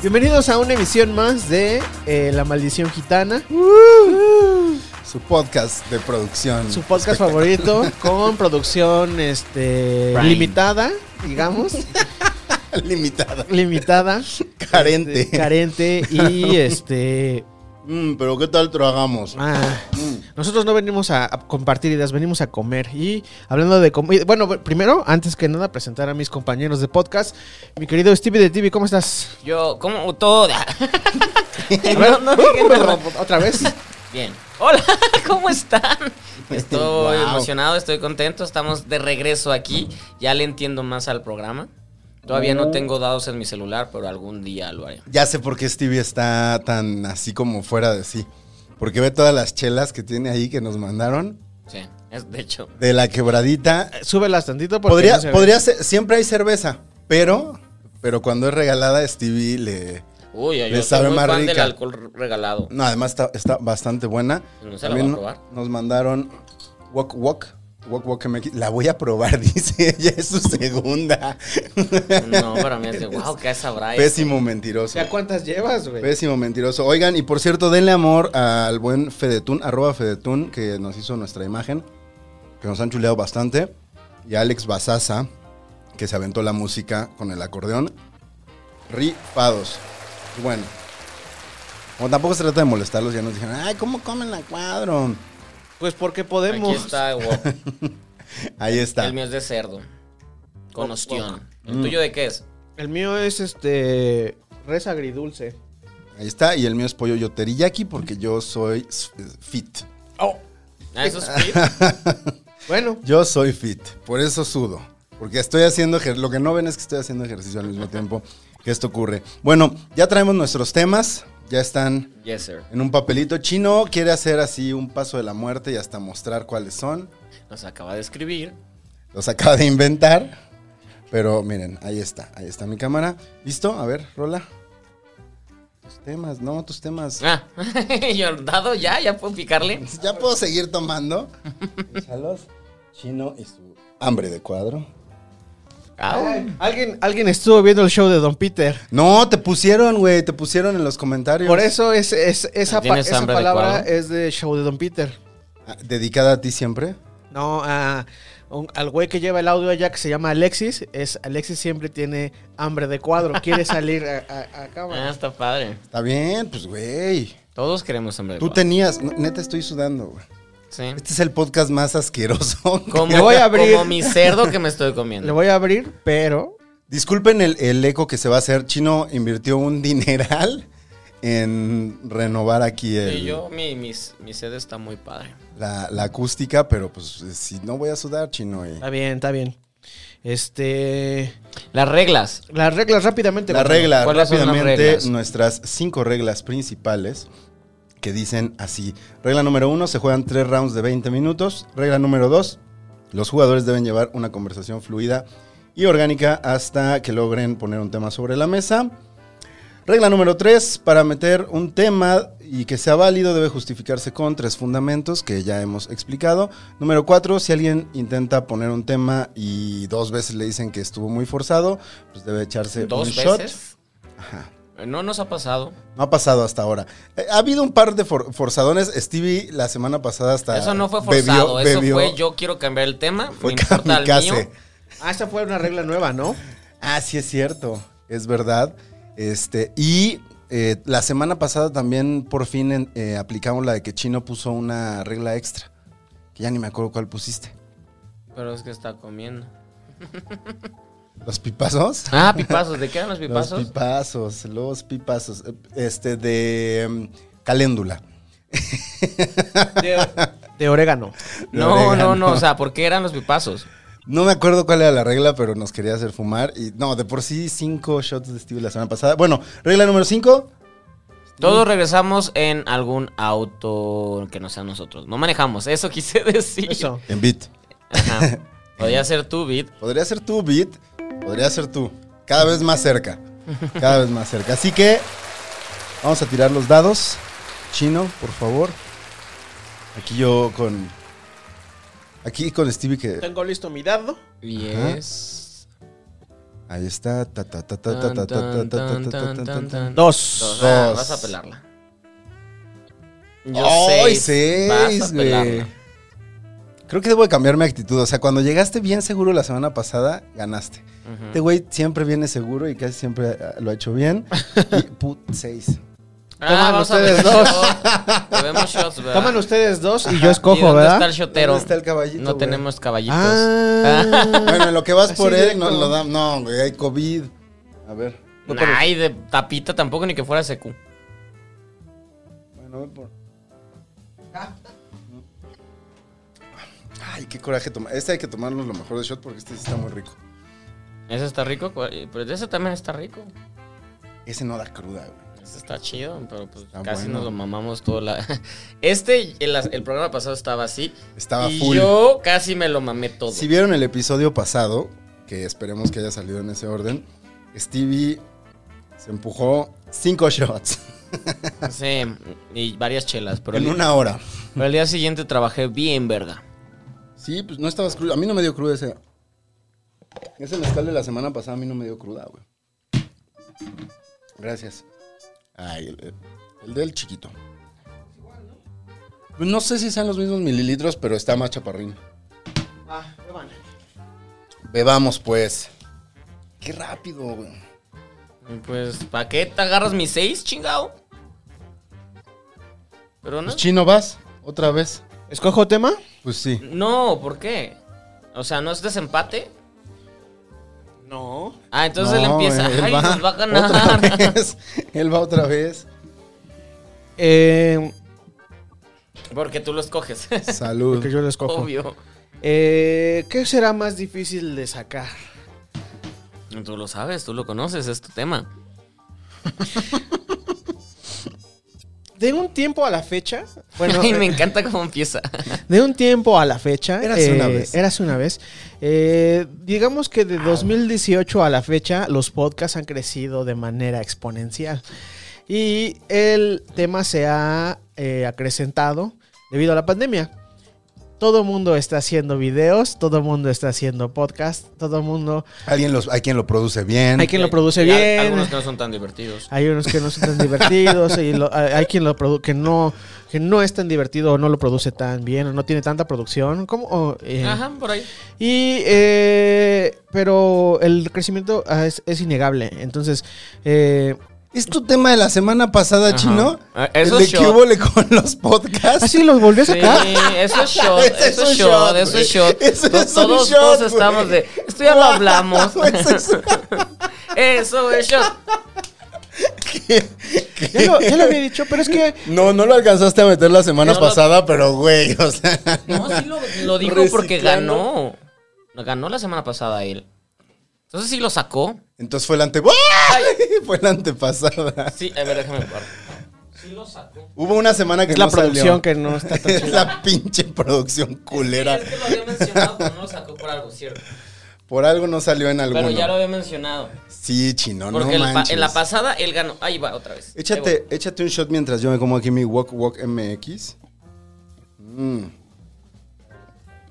Bienvenidos a una emisión más de eh, La Maldición Gitana, Uh. Su podcast de producción. su podcast favorito con producción este, Prime. limitada, digamos, limitada. limitada, Carente. este, carente y este... Mm, pero ¿qué tal tragamos? ah, Mm. nosotros no venimos a, a compartir ideas, venimos a comer. Y hablando de comida, bueno, primero, antes que nada, presentar a mis compañeros de podcast. Mi querido Stevie de TV, ¿cómo estás? Yo Uh, como toda. A No, no, que no. otra vez. Bien. Hola, ¿cómo están? Este, Estoy Wow. emocionado, estoy contento, estamos de regreso aquí. Ya le entiendo más al programa. Todavía Mm. no tengo dados en mi celular, pero algún día lo haré. Ya sé por qué Stevie está tan así como fuera de sí. Porque ve todas las chelas que tiene ahí que nos mandaron. Sí, es de hecho. De la quebradita. Súbelas tantito porque Podría, no se ve. podría ser, siempre hay cerveza, pero, pero cuando es regalada, Stevie le. Uy, yo Le soy sabe muy más fan rica. del alcohol regalado. No, además está, está bastante buena. No se la voy a probar. nos mandaron Wok Wok. Wok Wok MX. La voy a probar, dice ella. Es su segunda. No, para mí es de wow, ¿qué sabrá? eso? Pésimo mentiroso. Ya, cuántas llevas, güey. Pésimo mentiroso. Oigan, y por cierto, denle amor al buen Fedetun, arroba Fedetun, que nos hizo nuestra imagen, que nos han chuleado bastante. Y a Alex Basaza, que se aventó la música con el acordeón. Rifados. Y Bueno. Como tampoco se trata de molestarlos, ya nos dijeron, ay, ¿cómo comen la cuadro? Pues porque Aquí podemos. está wow. Ahí está. El mío es de cerdo. Con Wok, ostión. Mm. ¿El tuyo de qué es? El mío es este. Res agridulce. Ahí está. Y el mío es pollo yo teriyaki, porque yo soy s- fit. Ah, eso es fit. Bueno, Yo soy fit, por eso sudo. Porque estoy haciendo ejercicio. Lo que no ven es que estoy haciendo ejercicio al mismo tiempo que esto ocurre. Bueno, ya traemos nuestros temas. Ya están Yes, sir. en un papelito chino. Quiere hacer así un paso de la muerte y hasta mostrar cuáles son. Nos acaba de escribir. Los acaba de inventar. Pero miren, ahí está. Ahí está mi cámara. ¿Listo? A ver, Rola. Tus temas, no, tus temas. Ah, yo dado ya, ya puedo picarle. Ya puedo seguir tomando. Échalos. Chino y su hambre de cuadro. Au. Ah, alguien, alguien estuvo viendo el show de Don Peter. No, te pusieron, güey, te pusieron en los comentarios. Por eso es, es- esa, pa- ¿Tienes esa hambre de palabra cuadro? es de show de Don Peter. Ah, ¿Dedicada a ti siempre? No, a, un- al güey que lleva el audio allá que se llama Alexis. Es Alexis siempre tiene hambre de cuadro. Quiere salir a, a- a Ah, cámara. está padre. Está bien, pues, güey. Todos queremos hambre. de Tú cuadro. tenías, no, neta estoy sudando, güey. Sí. Este es el podcast más asqueroso. Como, Le voy a abrir. como mi cerdo que me estoy Le comiendo. voy a abrir, pero. Disculpen el, el eco que se va a hacer. Chino invirtió un dineral en renovar aquí el- Sí, yo, mi, mis- mi sed está muy padre. la, la acústica, pero pues eh, si no voy a sudar, Chino. y- Está bien, está bien. Este. Las reglas. Las reglas rápidamente. La Gonzalo. regla, ¿Cuáles son las rápidamente, reglas? nuestras cinco reglas principales que dicen así. Regla número uno, se juegan tres rounds de 20 minutos. Regla número dos, los jugadores deben llevar una conversación fluida y orgánica hasta que logren poner un tema sobre la mesa. Regla número tres, para meter un tema y que sea válido debe justificarse con tres fundamentos que ya hemos explicado. Número cuatro, si alguien intenta poner un tema y dos veces le dicen que estuvo muy forzado, pues debe echarse Dos un shot. veces. Ajá. No nos ha pasado. No ha pasado hasta ahora. Eh, ha habido un par de for- forzadones. Stevie la semana pasada hasta. Eso no fue bebió- forzado. Eso bebió- fue yo quiero cambiar el tema. Fue me importa el kamikaze. mío. Ah, esta fue una regla nueva, ¿no? Ah, sí es cierto. Es verdad. Este, y eh, la semana pasada también por fin en- eh, aplicamos la de que Chino puso una regla extra. que ya ni me acuerdo cuál pusiste. Pero es que está comiendo. ¿Los pipazos? Ah, pipazos. ¿De qué eran los Los pipazos? pipazos, los pipazos. Este de em, caléndula. De orégano. no, orégano. no, no. O sea, ¿por qué eran los pipazos? No me acuerdo cuál era la regla, pero nos quería hacer fumar. Y no, de por sí cinco shots de Stevie la semana pasada. Bueno, regla número cinco. Todos regresamos en algún auto que no sea nosotros. No manejamos. Eso quise decir. Eso. En beat. Ajá. Podría ser tu beat. Podría ser tú, beat. Podría ser tú. Cada vez más cerca. Cada vez más cerca. Así que vamos a tirar los dados. Chino, por favor. Aquí yo con. Aquí con Stevie que. Tengo listo mi dado. Y es. Ahí está. ta, ta, ta, ta, ta, ta, ta, ta, ta, ta, ta, ta, ta, ta. Dos. Dos. Ah, Dos. vas a pelarla. ¡Ay, Vas seis, a güey! pelarla. Creo que debo de cambiar mi actitud. O sea, cuando llegaste bien seguro la semana pasada, ganaste. Ujú. Este güey siempre viene seguro y casi siempre ah, lo ha hecho bien. Y put, seis. Toman Ah, vas a ustedes ver dos. shot. Bebemos shots, ¿verdad? Toman ustedes dos y yo Ajá. ¿Y dónde escojo, ¿verdad? está el shotero? ¿Dónde está el caballito, No güey? tenemos caballitos. Ah. Bueno, en lo que vas Así por él, no directo. lo dan. No, güey, hay COVID. A ver. voy por el- Ay, de tapita tampoco, ni que fuera secu. Bueno, voy por. Ay, qué coraje tomar. Este hay que tomarnos lo mejor de shot porque este sí está muy rico. ¿Ese está rico? ¿Cuál- eh, Pero ese también está rico. Ese no da cruda, güey. Ese está chido, pero pues Está casi bueno. nos lo mamamos todo la... Este, el, el programa pasado estaba así. Estaba y full. yo casi me lo mamé todo. Si vieron el episodio pasado, que esperemos que haya salido en ese orden, Stevie se empujó cinco shots Sí, y varias chelas. Pero en el, una hora. pero el día siguiente trabajé bien verga. Sí, pues no estabas cruda. A mí no me dio cruda ese. Ese mezcal de la semana pasada a mí no me dio cruda, güey. Gracias. Ay, el, el del chiquito. Pues No sé si sean los mismos mililitros, pero está más chaparrín. Ah, Bebamos, pues. Qué rápido, güey. Y pues, ¿para qué te agarras mis seis, chingado? Pero no. Pues chino, vas. Otra vez. ¿Escojo tema? Pues sí. No, ¿por qué? O sea, ¿no es desempate? No. Ah, entonces No, él empieza. él Ay, va nos va a ganar. Otra vez. Él va otra vez. Eh, Porque tú lo escoges. Salud. que yo lo escojo. Obvio. Eh, ¿Qué será más difícil de sacar? Tú lo sabes, tú lo conoces, es tu tema. De un tiempo a la fecha. Bueno, Ay, me eh, encanta cómo empieza. de un tiempo a la fecha. Érase una vez. Érase una vez. eh, digamos que de 2018 a la fecha, los podcasts han crecido de manera exponencial. Y el tema se ha eh, acrecentado debido a la pandemia. Todo el mundo está haciendo videos, todo el mundo está haciendo podcasts, todo el mundo. Alguien los, hay quien lo produce bien. Ah, Hay quien lo produce Y a- bien. Algunos que no son tan divertidos. Hay unos que no son tan divertidos y lo- hay hay quien lo produ- que no que no es tan divertido o no lo produce tan bien o no tiene tanta producción como o, eh, Ajá, por ahí. y eh, pero el crecimiento ah, es, es innegable entonces eh, ¿Es tu tema de la semana pasada, Ajá. Chino? Ah, el eso de es shot. qué hubole con los podcasts. así los volvió a Sí, sacar eso es shot, Ese eso es shot, eso es güey. shot. Ese To- es un todos, shot, todos güey. estamos de. Esto ya lo hablamos. Ese Pues es un- Eso es shot. ya, lo, ya lo había dicho pero es que No, no lo alcanzaste a meter la semana No lo- pasada, pero güey, o sea. No, sí lo, lo dijo porque ganó. Reciclando. Ganó la semana pasada él. Entonces sí lo sacó. Entonces fue la ante... ¡Ay! Fue la antepasada. Sí, a ver, déjame ver. Sí lo sacó. Hubo una semana que es no la producción salió. que no está tan es la pinche producción culera. lo había mencionado, pero no lo sacó por algo, ¿cierto? Por algo no salió en alguno. Pero ya lo había mencionado. Sí, chino, Porque no el pa- manches. en la pasada él ganó. Ahí va otra vez. Ahí Échate, échate un shot mientras yo me como aquí mi Walk Walk MX. Mm,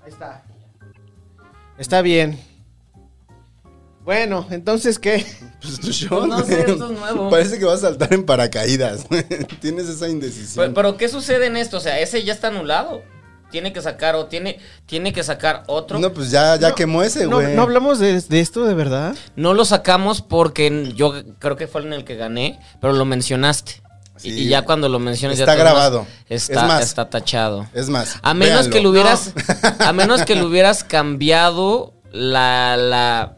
Ahí está está bien bueno entonces qué Pues tu shot. no sé, güey. esto es nuevo. Parece que vas a saltar en paracaídas. Tienes esa voy. Pero, indecisión. pero ¿qué sucede en esto? O sea, ese ya está anulado. Tiene que sacar o tiene, tiene que sacar otro. no, pues ya, ya quemó ese, no, güey. no hablamos de, de esto de verdad No lo sacamos porque yo creo que fue en el que gané, pero lo mencionaste. Y- Sí. Y ya cuando lo mencionas Está ya tomas- grabado. Está, Es más. está tachado. Es más, A menos véanlo. que lo hubieras. No. A menos que lo hubieras cambiado la, la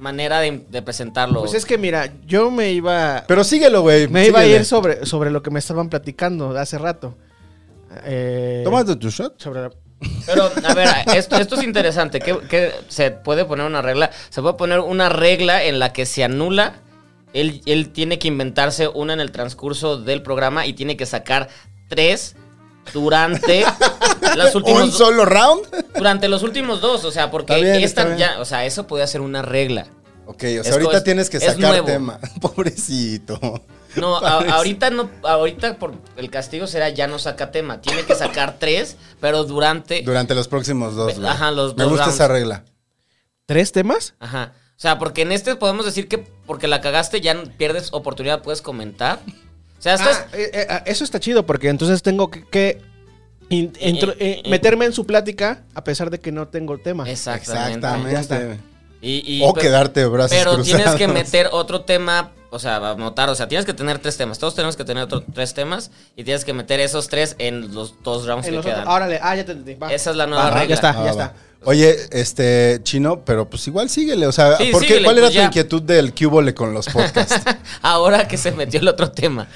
manera de, de presentarlo. Pues es que mira, yo me iba. Pero síguelo, güey. me iba a síguele. ir sobre, sobre lo que me estaban platicando de hace rato. Eh, Tómate tu shot. Sobre la- Pero, a ver, esto, esto es interesante. ¿Qué, qué- se puede poner una regla? Se puede poner una regla en la que se anula. Él, él tiene que inventarse una en el transcurso del programa y tiene que sacar tres durante las últimas ¿Un solo round? durante los últimos dos, o sea, porque Está bien, esta está bien. ya, o sea, eso podía ser una regla. Ok, o sea, Es ahorita co- es- tienes que es sacar nuevo. tema. Pobrecito. No, a- Parece- ahorita no, ahorita por el castigo será ya no saca tema, tiene que sacar tres, pero durante, Durante los próximos dos, güey. Eh. Ajá, los Me dos gusta rounds. esa regla. ¿Tres temas? ajá. O sea, porque en este podemos decir que porque la cagaste ya no- pierdes oportunidad, puedes comentar. O sea, esto Ah, eh, eh, ah, eso está chido porque entonces tengo que, que in- entro- Eh, eh, eh, meterme en su plática a pesar de que no tengo tema. es exactamente. Exactamente. Ah. Ya está. Y, y- O pe- quedarte de brazos Pero tienes cruzados. que meter otro tema, o sea, va a notar, o sea, tienes que tener tres temas. Todos tenemos que tener otro- tres temas y tienes que meter esos tres en los dos rounds En que los quedan. otros- órale, ah, ya te entendí. va. Esa es la Va, nueva regla. Ya está, Ah, ya va. está. Oye, este, Chino, pero pues igual síguele. O sea, Sí, ¿por qué? síguele, ¿cuál era pues tu ya. inquietud del cubole con los podcasts? Ahora que se metió el otro tema.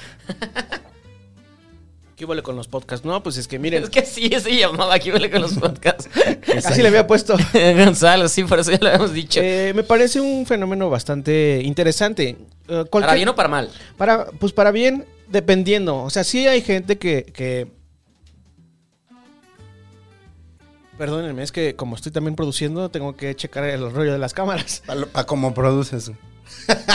¿Qué huele con los podcasts? No, pues es que miren, Es que sí, se llamaba aquí huele con los podcasts. así le había puesto. Gonzalo, sí, por eso ya lo habíamos dicho. Eh, me parece un fenómeno bastante interesante. Eh, cualquier- ¿Para bien o para mal? Para, pues para bien, dependiendo. O sea, sí hay gente que, que- Perdónenme, es que como estoy también produciendo, tengo que checar el rollo de las cámaras. Para cómo produces.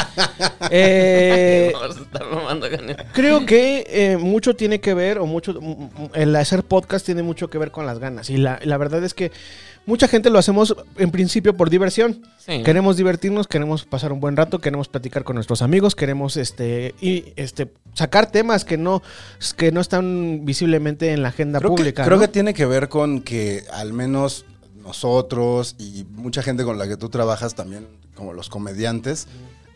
Eh, No, se está mamando con eso. creo que eh, mucho tiene que ver, o mucho, m- m- el hacer podcast tiene mucho que ver con las ganas. Y la, la verdad es que mucha gente lo hacemos en principio por diversión. Sí. Queremos divertirnos, queremos pasar un buen rato, queremos platicar con nuestros amigos, queremos este y este sacar temas que no que no están visiblemente en la agenda Creo, pública. que, creo ¿no? que tiene que ver con que al menos nosotros y mucha gente con la que tú trabajas también, como los comediantes,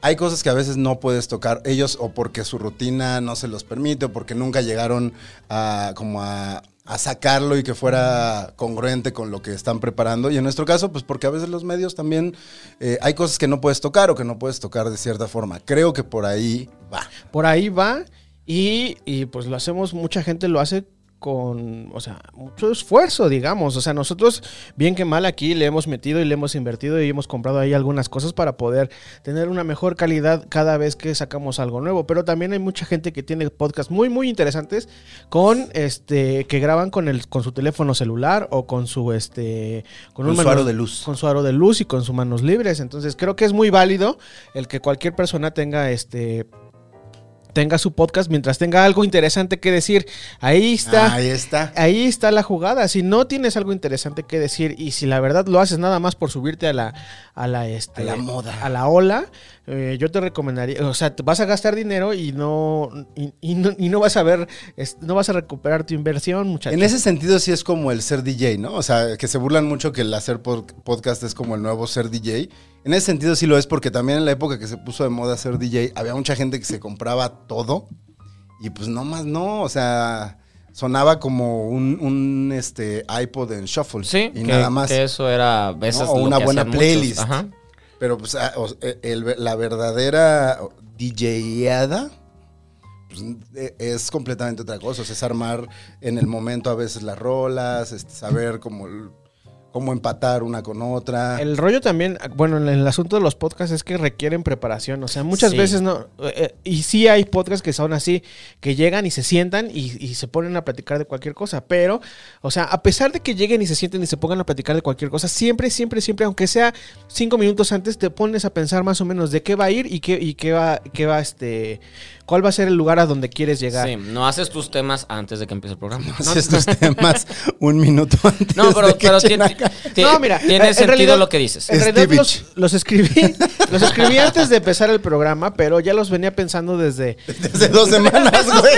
hay cosas que a veces no puedes tocar ellos o porque su rutina no se los permite o porque nunca llegaron a como a, a sacarlo y que fuera congruente con lo que están preparando. Y en nuestro caso, pues porque a veces los medios también eh, hay cosas que no puedes tocar o que no puedes tocar de cierta forma. Creo que por ahí va. Por ahí va y, y, pues lo hacemos, mucha gente lo hace con, o sea, mucho esfuerzo, digamos. O sea, nosotros, bien que mal aquí, le hemos metido y le hemos invertido y hemos comprado ahí algunas cosas para poder tener una mejor calidad cada vez que sacamos algo nuevo. Pero también hay mucha gente que tiene podcasts muy, muy interesantes con, este, que graban con el, con su teléfono celular o con su, este, con Con su manos- aro de luz. Con su aro de luz y con sus manos libres. Entonces, creo que es muy válido el que cualquier persona tenga, este, tenga su podcast mientras tenga algo interesante que decir. Ahí está. Ahí está. Ahí está la jugada. Si no tienes algo interesante que decir y si la verdad lo haces nada más por subirte a la, a la, este, A la moda. a la ola, eh, yo te recomendaría, o sea, te vas a gastar dinero y no, y, y no, y no vas a ver, es- no vas a recuperar tu inversión, muchachos. En ese sentido sí es como el ser DJ, ¿no? O sea, que se burlan mucho que el hacer pod- podcast es como el nuevo ser DJ. En ese sentido sí lo es porque también en la época que se puso de moda ser DJ había mucha gente que se compraba todo y pues no más no, o sea, sonaba como un, un, este iPod en shuffle Sí, y que, nada más. que eso era a veces No, o lo una que buena hacían muchos. playlist. Ajá. Pero pues a- o- el- la verdadera DJada pues, e- es completamente otra cosa. O sea, es armar en el momento a veces las rolas, este, saber cómo, l- cómo empatar una con otra. El rollo también, bueno, en el asunto de los podcasts es que requieren preparación. O sea, muchas Sí. veces no. eh, eh, y sí hay podcasts que son así, que llegan y se sientan y, y se ponen a platicar de cualquier cosa. Pero, o sea, a pesar de que lleguen y se sienten y se pongan a platicar de cualquier cosa, siempre, siempre, siempre, aunque sea cinco minutos antes, te pones a pensar más o menos de qué va a ir y qué, y qué va, qué va, este, cuál va a ser el lugar a donde quieres llegar. Sí, no haces tus temas antes de que empiece el programa. Entonces, estos temas un minuto antes. No, pero, de que pero echen tiene, acá. ti- No, mira, tiene en- en sentido realidad- lo que dices. En realidad Stevich. los, los escribí, los escribí antes de empezar el programa, pero ya los venía pensando desde, Desde dos semanas, güey.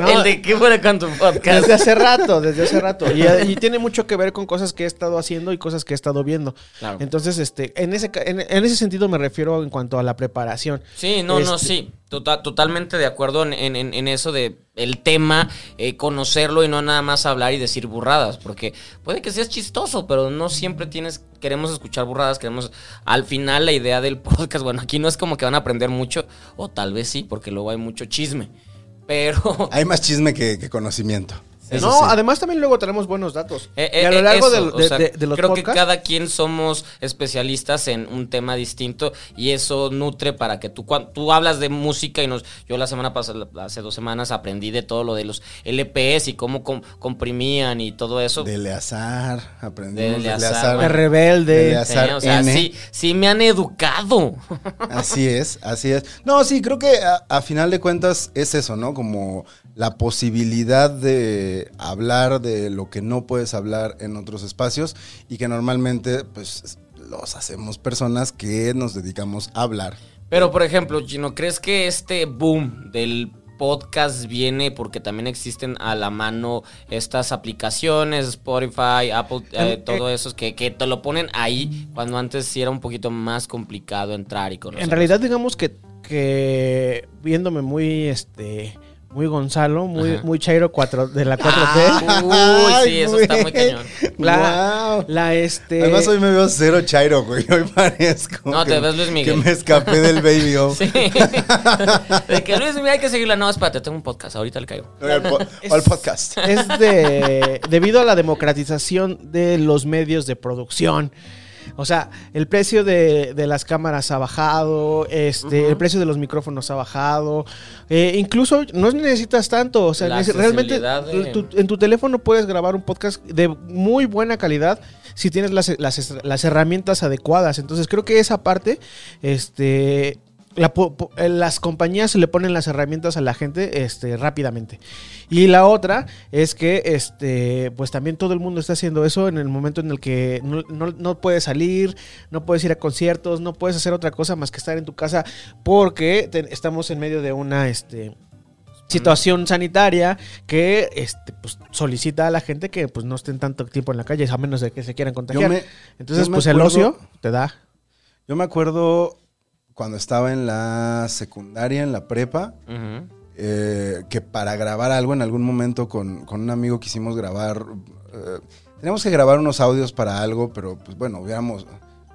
No, El de qué fuera con tu podcast. Desde hace rato, desde hace rato. Y, y tiene mucho que ver con cosas que he estado haciendo y cosas que he estado viendo. Claro. Entonces, este, en ese, ca- en, en ese sentido me refiero en cuanto a la preparación. Sí, no, no, Este, sí. Tota- totalmente de acuerdo en, en- en- en eso de el tema, eh, conocerlo y no nada más hablar y decir burradas, porque puede que seas chistoso, pero no siempre tienes, queremos escuchar burradas, queremos, al final la idea del podcast, bueno, aquí no es como que van a aprender mucho, o tal vez sí, porque luego hay mucho chisme, pero... Hay más chisme que, que conocimiento. Eso no, sí. además también luego tenemos buenos datos. eh, y a eh, lo largo eso, del- o de, sea, de- de los creo que podcasts, cada quien somos especialistas en un tema distinto y eso nutre para que tú cuan- tú hablas de música y nos yo la semana pasada hace dos semanas aprendí de todo lo de los LPs y cómo com- comprimían y todo eso Eh, De Eleazar, De aprendimos de Eleazar, Eleazar. de rebelde. de las- Sí, o sea, N. sí, sí me han educado. Así es, así es. No, sí, creo que a, a final de cuentas es eso, ¿no? Como la posibilidad de hablar de lo que no puedes hablar en otros espacios y que normalmente, pues, los hacemos personas que nos dedicamos a hablar. Pero, por ejemplo, Gino, ¿crees que este boom del podcast viene porque también existen a la mano estas aplicaciones, Spotify, Apple, eh, Em, todo eso, que, que te lo ponen ahí cuando antes sí era un poquito más complicado entrar y conocer? En realidad, digamos que, que viéndome muy este. Muy Gonzalo, muy, Ajá. muy Chairo 4 de la 4T. Ah, uy, sí, eso está Ay, muy cañón. güey. La- Guau. La este. Además hoy me veo cero chairo, güey. Hoy parezco No, que, te ves Luis Miguel. que me escapé del baby O. Sí. De que Luis, mira, hay que seguirla. No, espérate, tengo un podcast, ahorita le caigo. Voy Al, po- al podcast. es de debido a la democratización de los medios de producción. O sea, el precio de, de las cámaras ha bajado, este, el precio de los micrófonos ha bajado. eh, incluso no necesitas tanto. O sea, La neces- realmente accesibilidad de- tu- en tu teléfono puedes grabar un podcast de muy buena calidad si tienes las, las est- las herramientas adecuadas. Entonces creo que esa parte, este. la po- po- eh, las compañías le ponen las herramientas a la gente este, rápidamente. Y la otra es que este, pues también todo el mundo está haciendo eso en el momento en el que no, no- no puedes salir, no puedes ir a conciertos, no puedes hacer otra cosa más que estar en tu casa porque te- estamos en medio de una este, situación sanitaria que este, pues, solicita a la gente que pues, no estén tanto tiempo en la calle, a menos de que se quieran contagiar. me- Entonces, yo me pues el acuerdo- ocio te da. Yo me acuerdo cuando estaba en la secundaria, en la prepa, Ujú. eh, que para grabar algo en algún momento con, con un amigo quisimos grabar. eh, teníamos que grabar unos audios para algo, pero pues bueno, hubiéramos.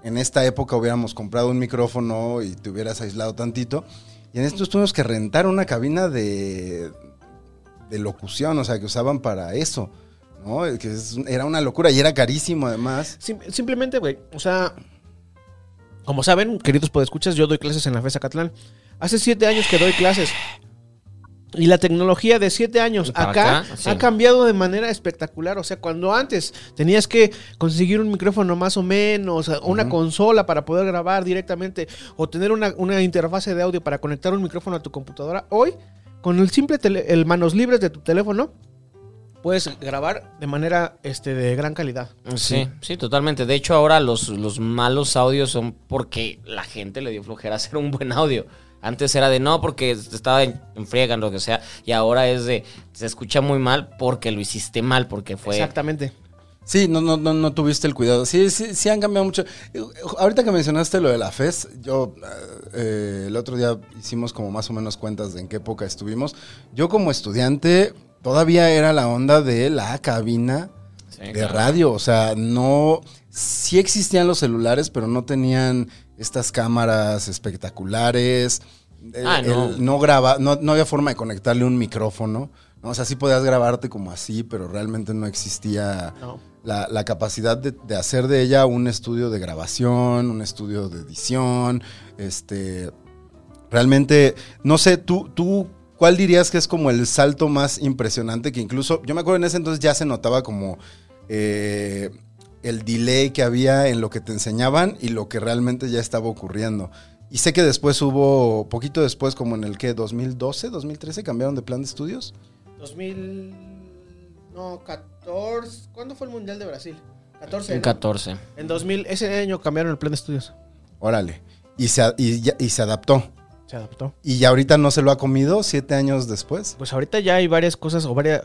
En esta época hubiéramos comprado un micrófono y te hubieras aislado tantito. Y en estos tuvimos que rentar una cabina de, de locución, o sea, que usaban para eso, ¿no? Que es- era una locura y era carísimo además. Sim- simplemente, güey, o sea, como saben, queridos podescuchas, yo doy clases en la FESA Catlán. Hace siete años que doy clases. Y la tecnología de siete años Para acá, acá, sí. ha cambiado de manera espectacular. O sea, cuando antes tenías que conseguir un micrófono más o menos, o una consola para poder grabar directamente, o tener una, una interfase de audio para conectar un micrófono a tu computadora, hoy, con el simple tele- el manos libres de tu teléfono, puedes grabar de manera este, de gran calidad. Sí, sí, totalmente. De hecho, ahora los, los malos audios son porque la gente le dio flojera hacer un buen audio. Antes era de no, porque estaba en, en friega, en lo que sea. Y ahora es de se escucha muy mal porque lo hiciste mal, porque fue. Exactamente. Sí, no, no, no, no tuviste el cuidado. Sí, sí, sí han cambiado mucho. Eh, Ahorita que mencionaste lo de la FES, yo eh, el otro día hicimos como más o menos cuentas de en qué época estuvimos. Yo como estudiante todavía era la onda de la cabina Sí, de claro. radio. O sea, no. Sí existían los celulares, pero no tenían estas cámaras espectaculares. El- Ah, no. el- no, graba, no, no había forma de conectarle un micrófono. ¿no? O sea, sí podías grabarte como así, pero realmente no existía No. la, la capacidad de, de hacer de ella un estudio de grabación, un estudio de edición. Este. Realmente, no sé, tú, tú, ¿cuál dirías que es como el salto más impresionante que incluso, yo me acuerdo en ese entonces ya se notaba como eh, el delay que había en lo que te enseñaban y lo que realmente ya estaba ocurriendo. Y sé que después hubo, poquito después, como en el que, 2012, 2013, cambiaron de plan de estudios. 2000 no 14 ¿cuándo fue el mundial de Brasil? 14 Un ¿no? 14. en 2000 ese año cambiaron el plan de estudios Órale. Y se, a- y ya- y se adaptó. Se adaptó. Y ya ahorita no se lo ha comido siete años después. Pues ahorita ya hay varias cosas o varias,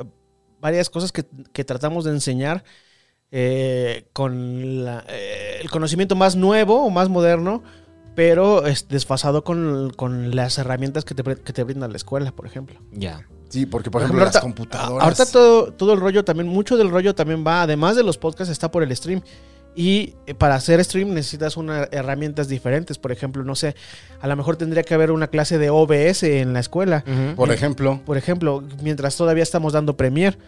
varias cosas que, que tratamos de enseñar eh, con la- eh, el conocimiento más nuevo o más moderno, pero es desfasado con, con las herramientas que te, brin- que te brinda la escuela, por ejemplo. Ya. Sí, porque por, Por ejemplo, ejemplo, las ahorita- computadoras. Ahorita todo, todo el rollo también, mucho del rollo también va, además de los podcasts, está por el stream. Y eh, para hacer stream necesitas unas herramientas diferentes. Por ejemplo, no sé, a lo mejor tendría que haber una clase de OBS en la escuela. por ejemplo. Por ejemplo, mientras todavía estamos dando Premiere.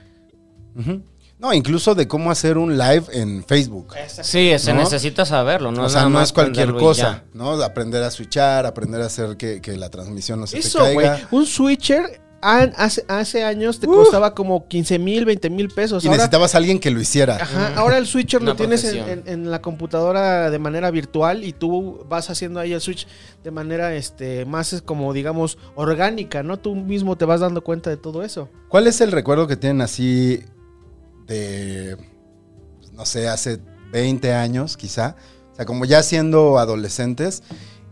Ujú. No, incluso de cómo hacer un live en Facebook. Sí, se ¿No? necesita saberlo, Eh, ¿no? o sea, nada no más es cualquier prenderlo y cosa, ¿no? Aprender a switchar, aprender a hacer que, que la transmisión no se te Eso, güey. caiga. Un switcher an- hace, hace años te costaba como 15 mil, 20 mil pues pesos. Y Ahora- necesitabas a alguien que lo hiciera. Ajá, ahora el switcher Una lo tienes en, profesión. en- en la computadora de manera virtual y tú vas haciendo ahí el switch de manera este más es como digamos orgánica, ¿no? Tú mismo te vas dando cuenta de todo eso. ¿Cuál es el recuerdo que tienen así de, pues, no sé, hace 20 años quizá? O sea, como ya siendo adolescentes,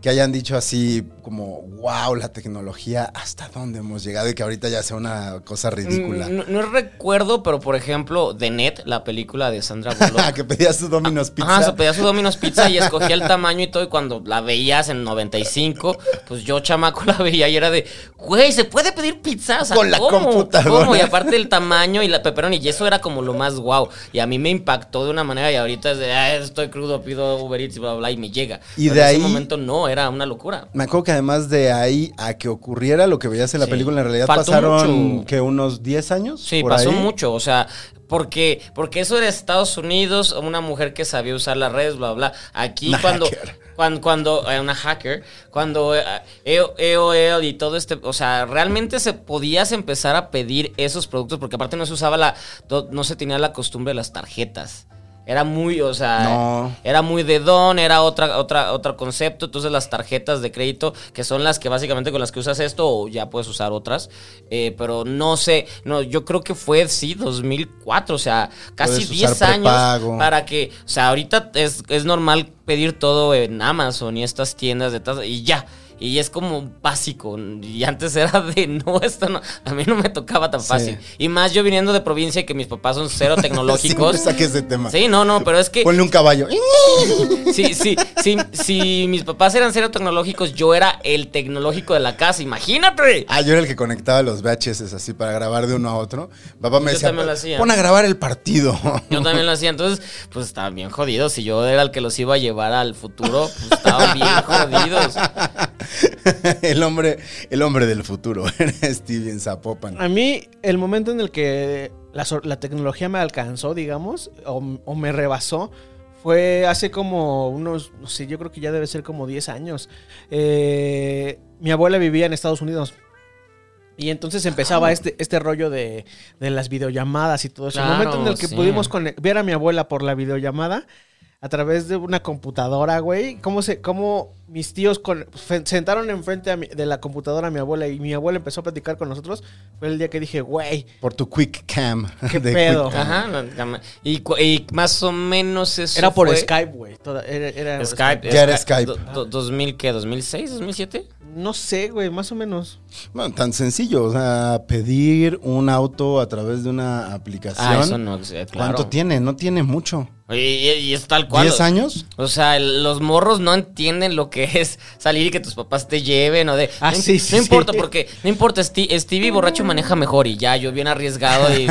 que hayan dicho así como, wow, la tecnología, ¿hasta dónde hemos llegado? Y que ahorita ya sea una cosa ya. ridícula. Mm, No, no recuerdo, pero por ejemplo, The Net, la película de Sandra Bullock. Ah, que pedías tu Domino's Pizza. Ah, se pedía su Domino's Pizza y escogía el tamaño y todo. Y cuando la veías en 95, pues yo, chamaco, la veía y era de, güey, ¿se puede pedir pizza? O sea, Con la ¿cómo? computadora. ¿Cómo? Y aparte el tamaño y la pepperoni. Y eso era como lo más guau. Y a mí me impactó de una manera. Y ahorita es de, ah, estoy crudo, pido Uber Eats y bla, bla, bla, y me llega. Y de Pero en ahí- ese momento no, era una locura. Me acuerdo que además de ahí a que ocurriera lo que veías en la Sí. película, en realidad Faltó pasaron mucho. que unos 10 años. Sí, por pasó ahí. mucho, o sea, porque porque eso era Estados Unidos, una mujer que sabía usar las redes, bla, bla. Aquí Una cuando, hacker. cuando cuando eh, una hacker, cuando eh, EO- EOL y todo este, o sea, realmente se podías empezar a pedir esos productos porque aparte no se usaba la no, no se tenía la costumbre de las tarjetas. Era muy, o sea, No. era muy de don, era otra, otra, otro concepto. Entonces las tarjetas de crédito, que son las que básicamente con las que usas esto, o ya puedes usar otras. eh, pero no sé, no, yo creo que fue, sí, 2004, o sea, casi Puedes usar 10 años prepago. para que, o sea, ahorita es, es normal pedir todo en Amazon y estas tiendas de tas- y ya. Y es como básico. Y antes era de no, esto no. A mí no me tocaba tan Sí. fácil. Y más yo viniendo de provincia y que mis papás son cero tecnológicos. Siempre saques ese tema. Sí, no, no, pero es que Ponle un caballo. Sí, sí, sí, si mis papás eran cero tecnológicos, yo era el tecnológico de la casa, imagínate. Ah, yo era el que conectaba los VHS así para grabar de uno a otro. Papá me Yo decía, también lo hacía. pon a grabar el partido. Yo también lo hacía, entonces, pues estaban bien jodidos. Si yo era el que los iba a llevar al futuro, pues estaban bien jodidos. el hombre, el hombre del futuro. Era Steven Zapopan. A mí el momento en el que la, so- la tecnología me alcanzó, digamos, o, o me rebasó, fue hace como unos, no sé, yo creo que ya debe ser como 10 años. Eh, mi abuela vivía en Estados Unidos. Y entonces empezaba este, este rollo de, de las videollamadas y todo eso. el Claro, momento en el que sí. pudimos conect- ver a mi abuela por la videollamada a través de una computadora, güey. ¿Cómo, se, cómo mis tíos con- fe- sentaron enfrente a mi- de la computadora a mi abuela y mi abuela empezó a platicar con nosotros? Fue el día que dije, güey, Por tu quick cam. ¿Qué de pedo? Quick Cam. Ajá, la- la- y, cu- y más o menos eso. era por fue- Skype, güey. Toda- Era, era- Skype. Ya era Skype. do- do- ¿2000 qué? ¿2006? ¿2007? No sé, güey, más o menos. Bueno, tan sencillo. O sea, pedir un auto a través de una aplicación. Ah, eso no, eh, claro. ¿Cuánto tiene? No tiene mucho. Y, y- y es tal cual. ¿10 años? O sea, el- los morros no entienden lo que es salir y que tus papás te lleven o de... Ah, no, sí, no sí. importa, porque no importa, Sti- Stevie borracho maneja mejor y ya, yo bien arriesgado y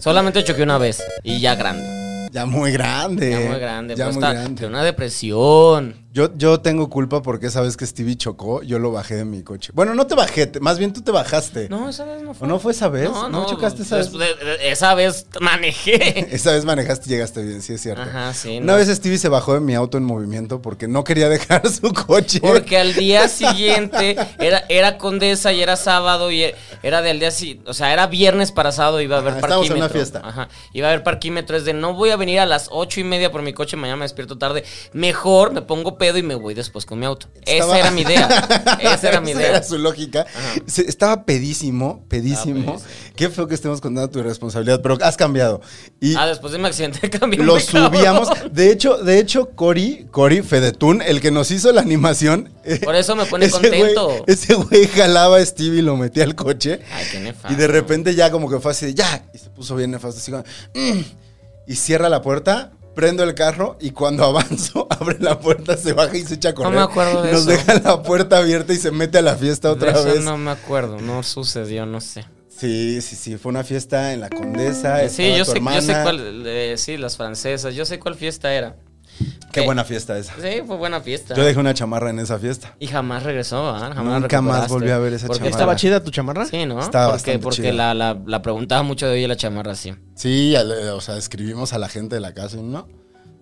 solamente choqué una vez y ya grande. Ya muy grande. Ya muy grande. Ya pues, muy está- grande. de una depresión. Yo, yo tengo culpa porque esa vez que Stevie chocó, yo lo bajé de mi coche. Bueno, no te bajé, te- más bien tú te bajaste. No, esa vez no ¿O fue. no fue esa vez? No, ¿No, no, chocaste esa pues, vez? de- de- esa vez manejé. Esa vez manejaste y llegaste bien, sí es cierto. Ajá, sí. Una no. vez Stevie se bajó de mi auto en movimiento porque no quería dejar su coche. Porque al día siguiente era, era condesa y era sábado y e- era del día si- o sea, era viernes para sábado iba a haber Ajá, estábamos en parquímetro. una fiesta. Ajá, iba a haber parquímetro, es de no voy a venir a las ocho y media por mi coche, mañana me despierto tarde. Mejor me pongo pedo y me voy después con mi auto. Estaba- Esa era mi idea. Esa era mi idea. era su lógica. Se- estaba pedísimo, pedísimo. Ah, pues, Qué feo que estemos contando tu irresponsabilidad, pero has cambiado. Y Ah, después de mi accidente cambié. lo muy cabrón. subíamos. De hecho, de hecho, Cory, Cory Fedetun, el que nos hizo la animación. eh, Por eso me pone ese güey- contento. ese güey jalaba a Stevie y lo metía al coche. Ay, qué nefasto. Y de repente ya como que fue así de ya. Y se puso bien nefasto. Así como, "Mm", y cierra la puerta, prendo el carro y cuando avanzo, abre la puerta, se baja y se echa a correr. me acuerdo de Nos eso. deja la puerta abierta y se mete a la fiesta De otra eso vez. no me acuerdo, no sucedió, no sé. Sí, sí, sí. Fue una fiesta en la Condesa. estaba Sí, yo tu sé, yo sé hermana. cuál, eh, sí, las francesas, yo sé cuál fiesta era. Qué eh, buena fiesta esa. Sí, fue buena fiesta. Yo dejé una chamarra en esa fiesta. Y jamás regresó, ¿ah? jamás la Nunca más recuperaste. volví a ver esa Porque chamarra. ¿Estaba chida tu chamarra? Sí, ¿no? Estaba porque bastante chida. porque la, la, la preguntaba mucho de hoy la chamarra así. Sí, al- eh, o sea, escribimos a la gente de la casa y no.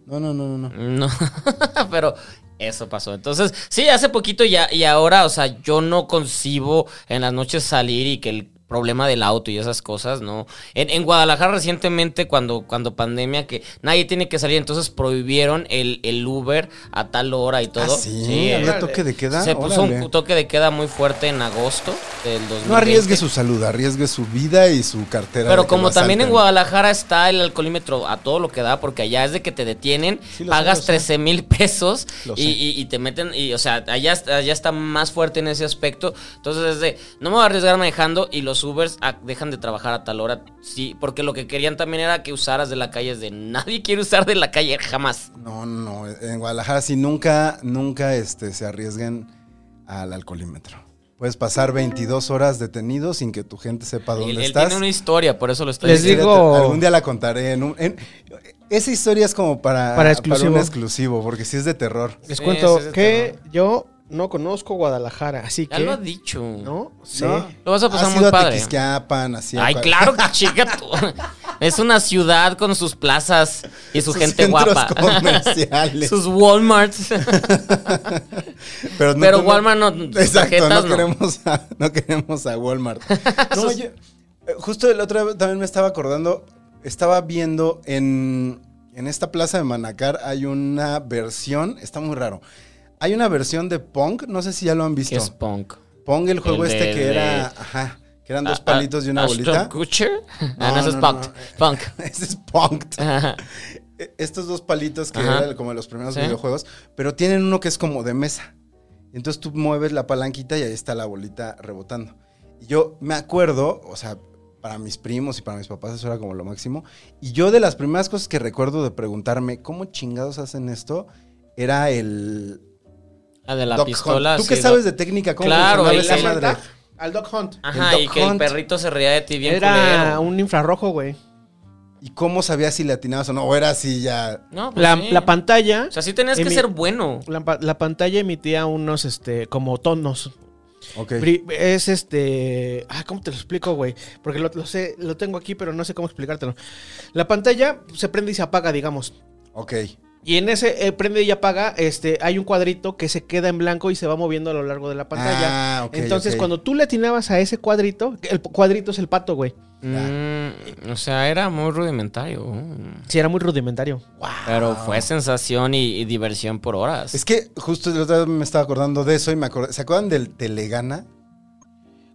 No, no, no, no, no. No, pero eso pasó. Entonces, sí, hace poquito ya, y ahora, o sea, yo no concibo en las noches salir y que el problema del auto y esas cosas, ¿no? En, en Guadalajara recientemente, cuando, cuando pandemia, que nadie tiene que salir, entonces prohibieron el, el Uber a tal hora y todo. Ah, sí, ¿había eh, toque de queda? Se puso Órale. un toque de queda muy fuerte en agosto del 2020. No arriesgue su salud, arriesgue su vida y su cartera. de Pero que como lo también en asalten. Guadalajara está el alcoholímetro a todo lo que da, porque allá es de que te detienen, Sí, lo sé, pagas lo sé. 13 mil pesos Lo y, sé. y- y te meten, y o sea, allá, está- allá está más fuerte en ese aspecto. Entonces es de, no me voy a arriesgar manejando y los Ubers a- dejan de trabajar a tal hora. Sí, porque lo que querían también era que usaras de la calle, es de nadie quiere usar de la calle jamás. No, no, no. En Guadalajara sí nunca, nunca este, se arriesguen al alcoholímetro. Puedes pasar 22 horas detenido sin que tu gente sepa dónde Él, él estás. tiene una historia, por eso lo estoy Les diciendo. digo- Algún día la contaré. en un- en- esa historia es como para, Para exclusivo. un exclusivo, porque sí es de terror. Les Sí, cuento sí, sí, que está yo no conozco Guadalajara, así Ya que. lo ha dicho. No sé. ¿no? Lo vas a pasar ¿Has muy ido a padre. Tequisquiapan, así a Ay, cual- claro que chica. tú. Es una ciudad con sus plazas y su Sus gente centros guapa. comerciales. Pues sus Walmarts. Pero, no- Pero no- Walmart no- sus Exacto, tarjetas no, no. Queremos a, no queremos a Walmart. No, yo- eh, justo el otro día también me estaba acordando, estaba viendo en, en esta plaza de Manacar hay una versión, está muy raro. Hay una versión de Pong, no sé si ya lo han visto. que es punk. Pong, el juego El este de- que era, de- ajá, que eran dos palitos y una Ashton bolita. Kutcher? No, Ah, no, eso es no, punk. no. Punk. Ese es Pong. Ajá. Eh, estos dos palitos que Ajá. eran como de los primeros Sí. videojuegos, pero tienen uno que es como de mesa. Entonces tú mueves la palanquita y ahí está la bolita rebotando. Y yo me acuerdo, o sea, para mis primos y para mis papás eso era como lo máximo. Y yo de las primeras cosas que recuerdo de preguntarme, ¿cómo chingados hacen esto? Era el... La de la Duck pistola. Hunt. ¿Tú qué sí, sabes Duck- de técnica? ¿Cómo Claro, funcionaba el- esa el- madre? Al Dog Hunt. Ajá, el y Duck que el ah, Hunt? perrito se reía de ti Ah, bien Era culero. Ah, un infrarrojo, güey. ¿Y cómo sabías si le atinabas o no? ¿O era así ya...? No, pues La, sí. la pantalla. O sea, sí tenías que Emi- ser bueno. La, pa- la pantalla emitía unos, este, como tonos. Ok. Bri- Es este. Ah, ¿cómo te lo explico, güey? Porque lo, lo sé, lo tengo aquí, pero no sé cómo explicártelo. La pantalla se prende y se apaga, digamos. Ok. Y en ese eh, prende y apaga, este, hay un cuadrito que se queda en blanco y se va moviendo a lo largo de la pantalla. Ah, ok, Entonces, ok. cuando tú le atinabas a ese cuadrito, el cuadrito es el pato, güey. Mm, o sea, era muy rudimentario. Sí, era muy rudimentario. Pero fue sensación y, y diversión por horas. Es que justo el otro día me estaba acordando de eso y me acordé. ¿Se acuerdan del Telegana?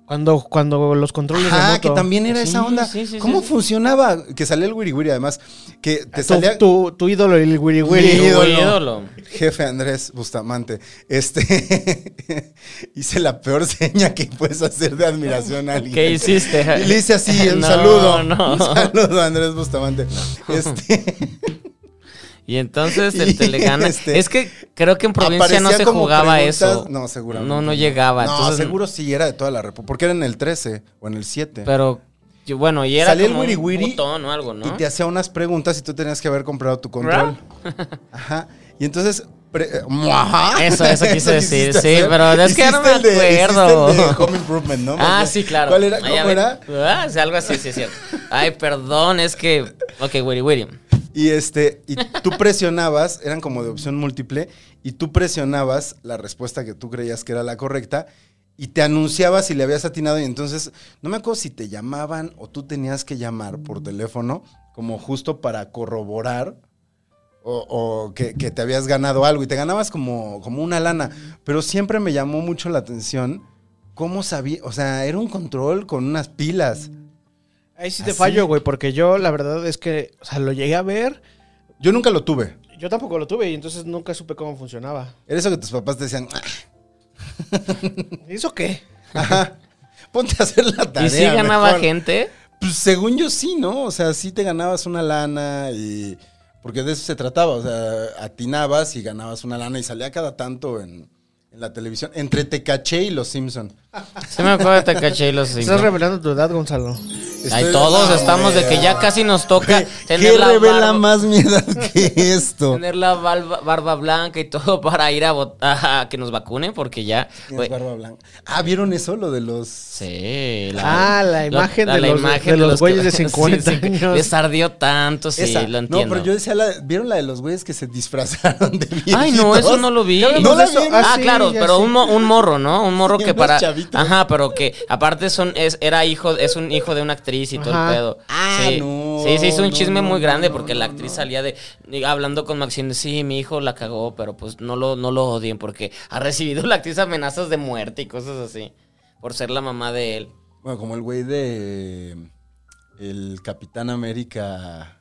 Cuando, cuando los controles Ah, remoto- que también era Sí, esa onda. sí, sí, ¿Cómo sí, sí. funcionaba? Que salía el wiri wiri, además. Que te Tu, salía tu- tu ídolo, el Wiri Tu Wiri. ídolo. ídolo. jefe Andrés Bustamante. Este hice la peor seña que puedes hacer de admiración a alguien. ¿Qué hiciste? Y le hice así, un No, saludo. no. Un saludo a Andrés Bustamante. Este, Y entonces el Y, Telegana. este, es que creo que en provincia no aparecía se como jugaba preguntas- eso. No, seguramente. No, no llegaba. No, entonces, seguro sí era de toda la República. Porque era en el 13 o en el 7. Pero yo- bueno, y era Salía el como wiri un wiri botón o algo, ¿no? Y te hacía unas preguntas y tú tenías que haber comprado tu control. Ajá. Y entonces. pre- eh, ¡Muaja! Eso, eso quise decir, quisiste sí, pero es que no me Hiciste el de- hiciste acuerdo. el de Home Improvement, ¿no? Ah, sí, claro. ¿Cuál era? Ah, ya ¿Cómo ve- era? Ah, sí, algo así, sí, es cierto. Ay, perdón, es que. Ok, Wiri Wiri. Y este, y tú presionabas, eran como de opción múltiple, y tú presionabas la respuesta que tú creías que era la correcta, y te anunciabas si le habías atinado, y entonces, no me acuerdo si te llamaban o tú tenías que llamar por teléfono, como justo para corroborar o, o que, que te habías ganado algo y te ganabas como, como una lana. Pero siempre me llamó mucho la atención cómo sabía, o sea, era un control con unas pilas. Ahí sí ¿Ah, te sí? fallo, güey, porque yo la verdad es que, o sea, lo llegué a ver, Yo nunca lo tuve. yo tampoco lo tuve y entonces nunca supe cómo funcionaba. Era eso que tus papás te decían, "Ah, ¿Y ¿Eso qué? ajá, ponte a hacer la tarea. ¿Y si ganaba mejor". gente? Pues según yo sí, ¿no? O sea, sí te ganabas una lana y... Porque de eso se trataba, o sea, atinabas y ganabas una lana y salía cada tanto en, en la televisión, entre Tecaché y Los Simpson. Se me acuerda de Tacache y los Estás Simpsons. revelando tu edad, Gonzalo. Ay, Estoy- todos no, estamos de que ya casi nos toca Güey, tener ¿Qué la, revela barba, más mi edad que esto? tener la barba, barba blanca y todo para ir a, vot- a que nos vacunen porque ya... Tienes güey, barba blanca. Ah, ¿vieron eso? Lo de los... Sí, Ah, la lo- imagen la- de la los- de los que- güeyes de sí, 50 sí, que años. Les ardió tanto, sí, Esa. lo entiendo. No, pero yo decía, la- ¿vieron la de los güeyes que se disfrazaron de viejitos? Ay, no, eso no lo vi. Ya hablamos ¿No la de eso. vieron? Ah, sí, claro, ya pero sí. un, mo- un morro, ¿no? Un morro Sí, que unos para. chavitos. Ajá, pero que aparte son, es, era hijo, es un hijo de una actriz y todo Ajá. el pedo. Ah, sí. no, Sí, se hizo un no, chisme no, muy no, grande no, porque no, la actriz salía de y hablando con Maxine, de, sí, mi hijo la cagó, pero pues no lo, no lo odien porque ha recibido la actriz amenazas de muerte y cosas así. Por ser la mamá de él. Bueno, como el güey de... El Capitán América...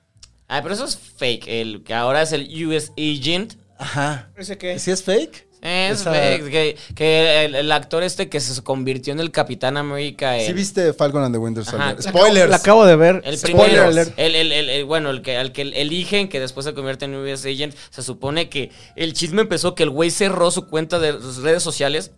Ay, pero eso es fake. El que ahora es el US Agent. Ajá. ¿Ese qué? ¿Sí es fake? Es Esa- fake. Que, que el, el actor este que se convirtió en el Capitán América. ¿Sí el- viste Falcon and the Winter Ajá. Soldier? La Spoilers. La acabo de ver. El Spoiler primero, alert. el, el- el- el- bueno, el que, al que eligen, que después se convierte en US Agent, se supone que el chisme empezó que el güey cerró su cuenta de sus redes sociales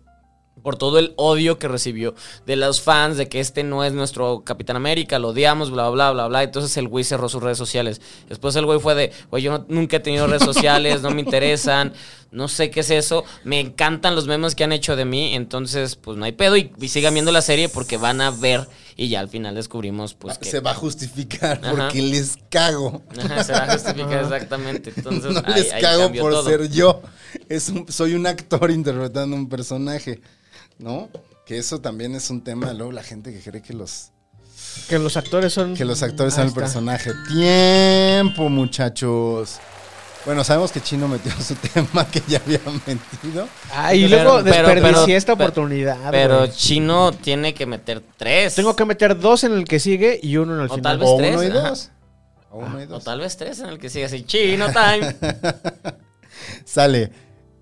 por todo el odio que recibió de los fans, de que este no es nuestro Capitán América, lo odiamos, bla, bla, bla, bla. Entonces el güey cerró sus redes sociales. Después el güey fue de, güey, yo no- nunca he tenido redes sociales, no me interesan, no sé qué es eso. Me encantan los memes que han hecho de mí, entonces pues no hay pedo y, y sigan viendo la serie porque van a ver y ya al final descubrimos pues que... Ah, Se va a justificar Ajá. porque les cago. Ajá, se va a justificar exactamente. Entonces, no ahí- les ahí cago cambió por todo. ser yo. Es un- soy un actor interpretando un personaje, ¿no? Que eso también es un tema. Luego la gente que cree que los, Que los actores son. que los actores Ahí son el está. personaje. Tiempo, muchachos. Bueno, sabemos que Chino metió su tema que ya había metido. Ah, y Pero- luego pero- pero- desperdicié esta pero- oportunidad. Pero güey. Chino tiene que meter tres. Tengo que meter dos en el que sigue y uno en el O final. tal vez O Pues tres, uno y ajá. Ah, dos. O uno y O dos. tal vez tres en el que sigue así. Chino time. Sale.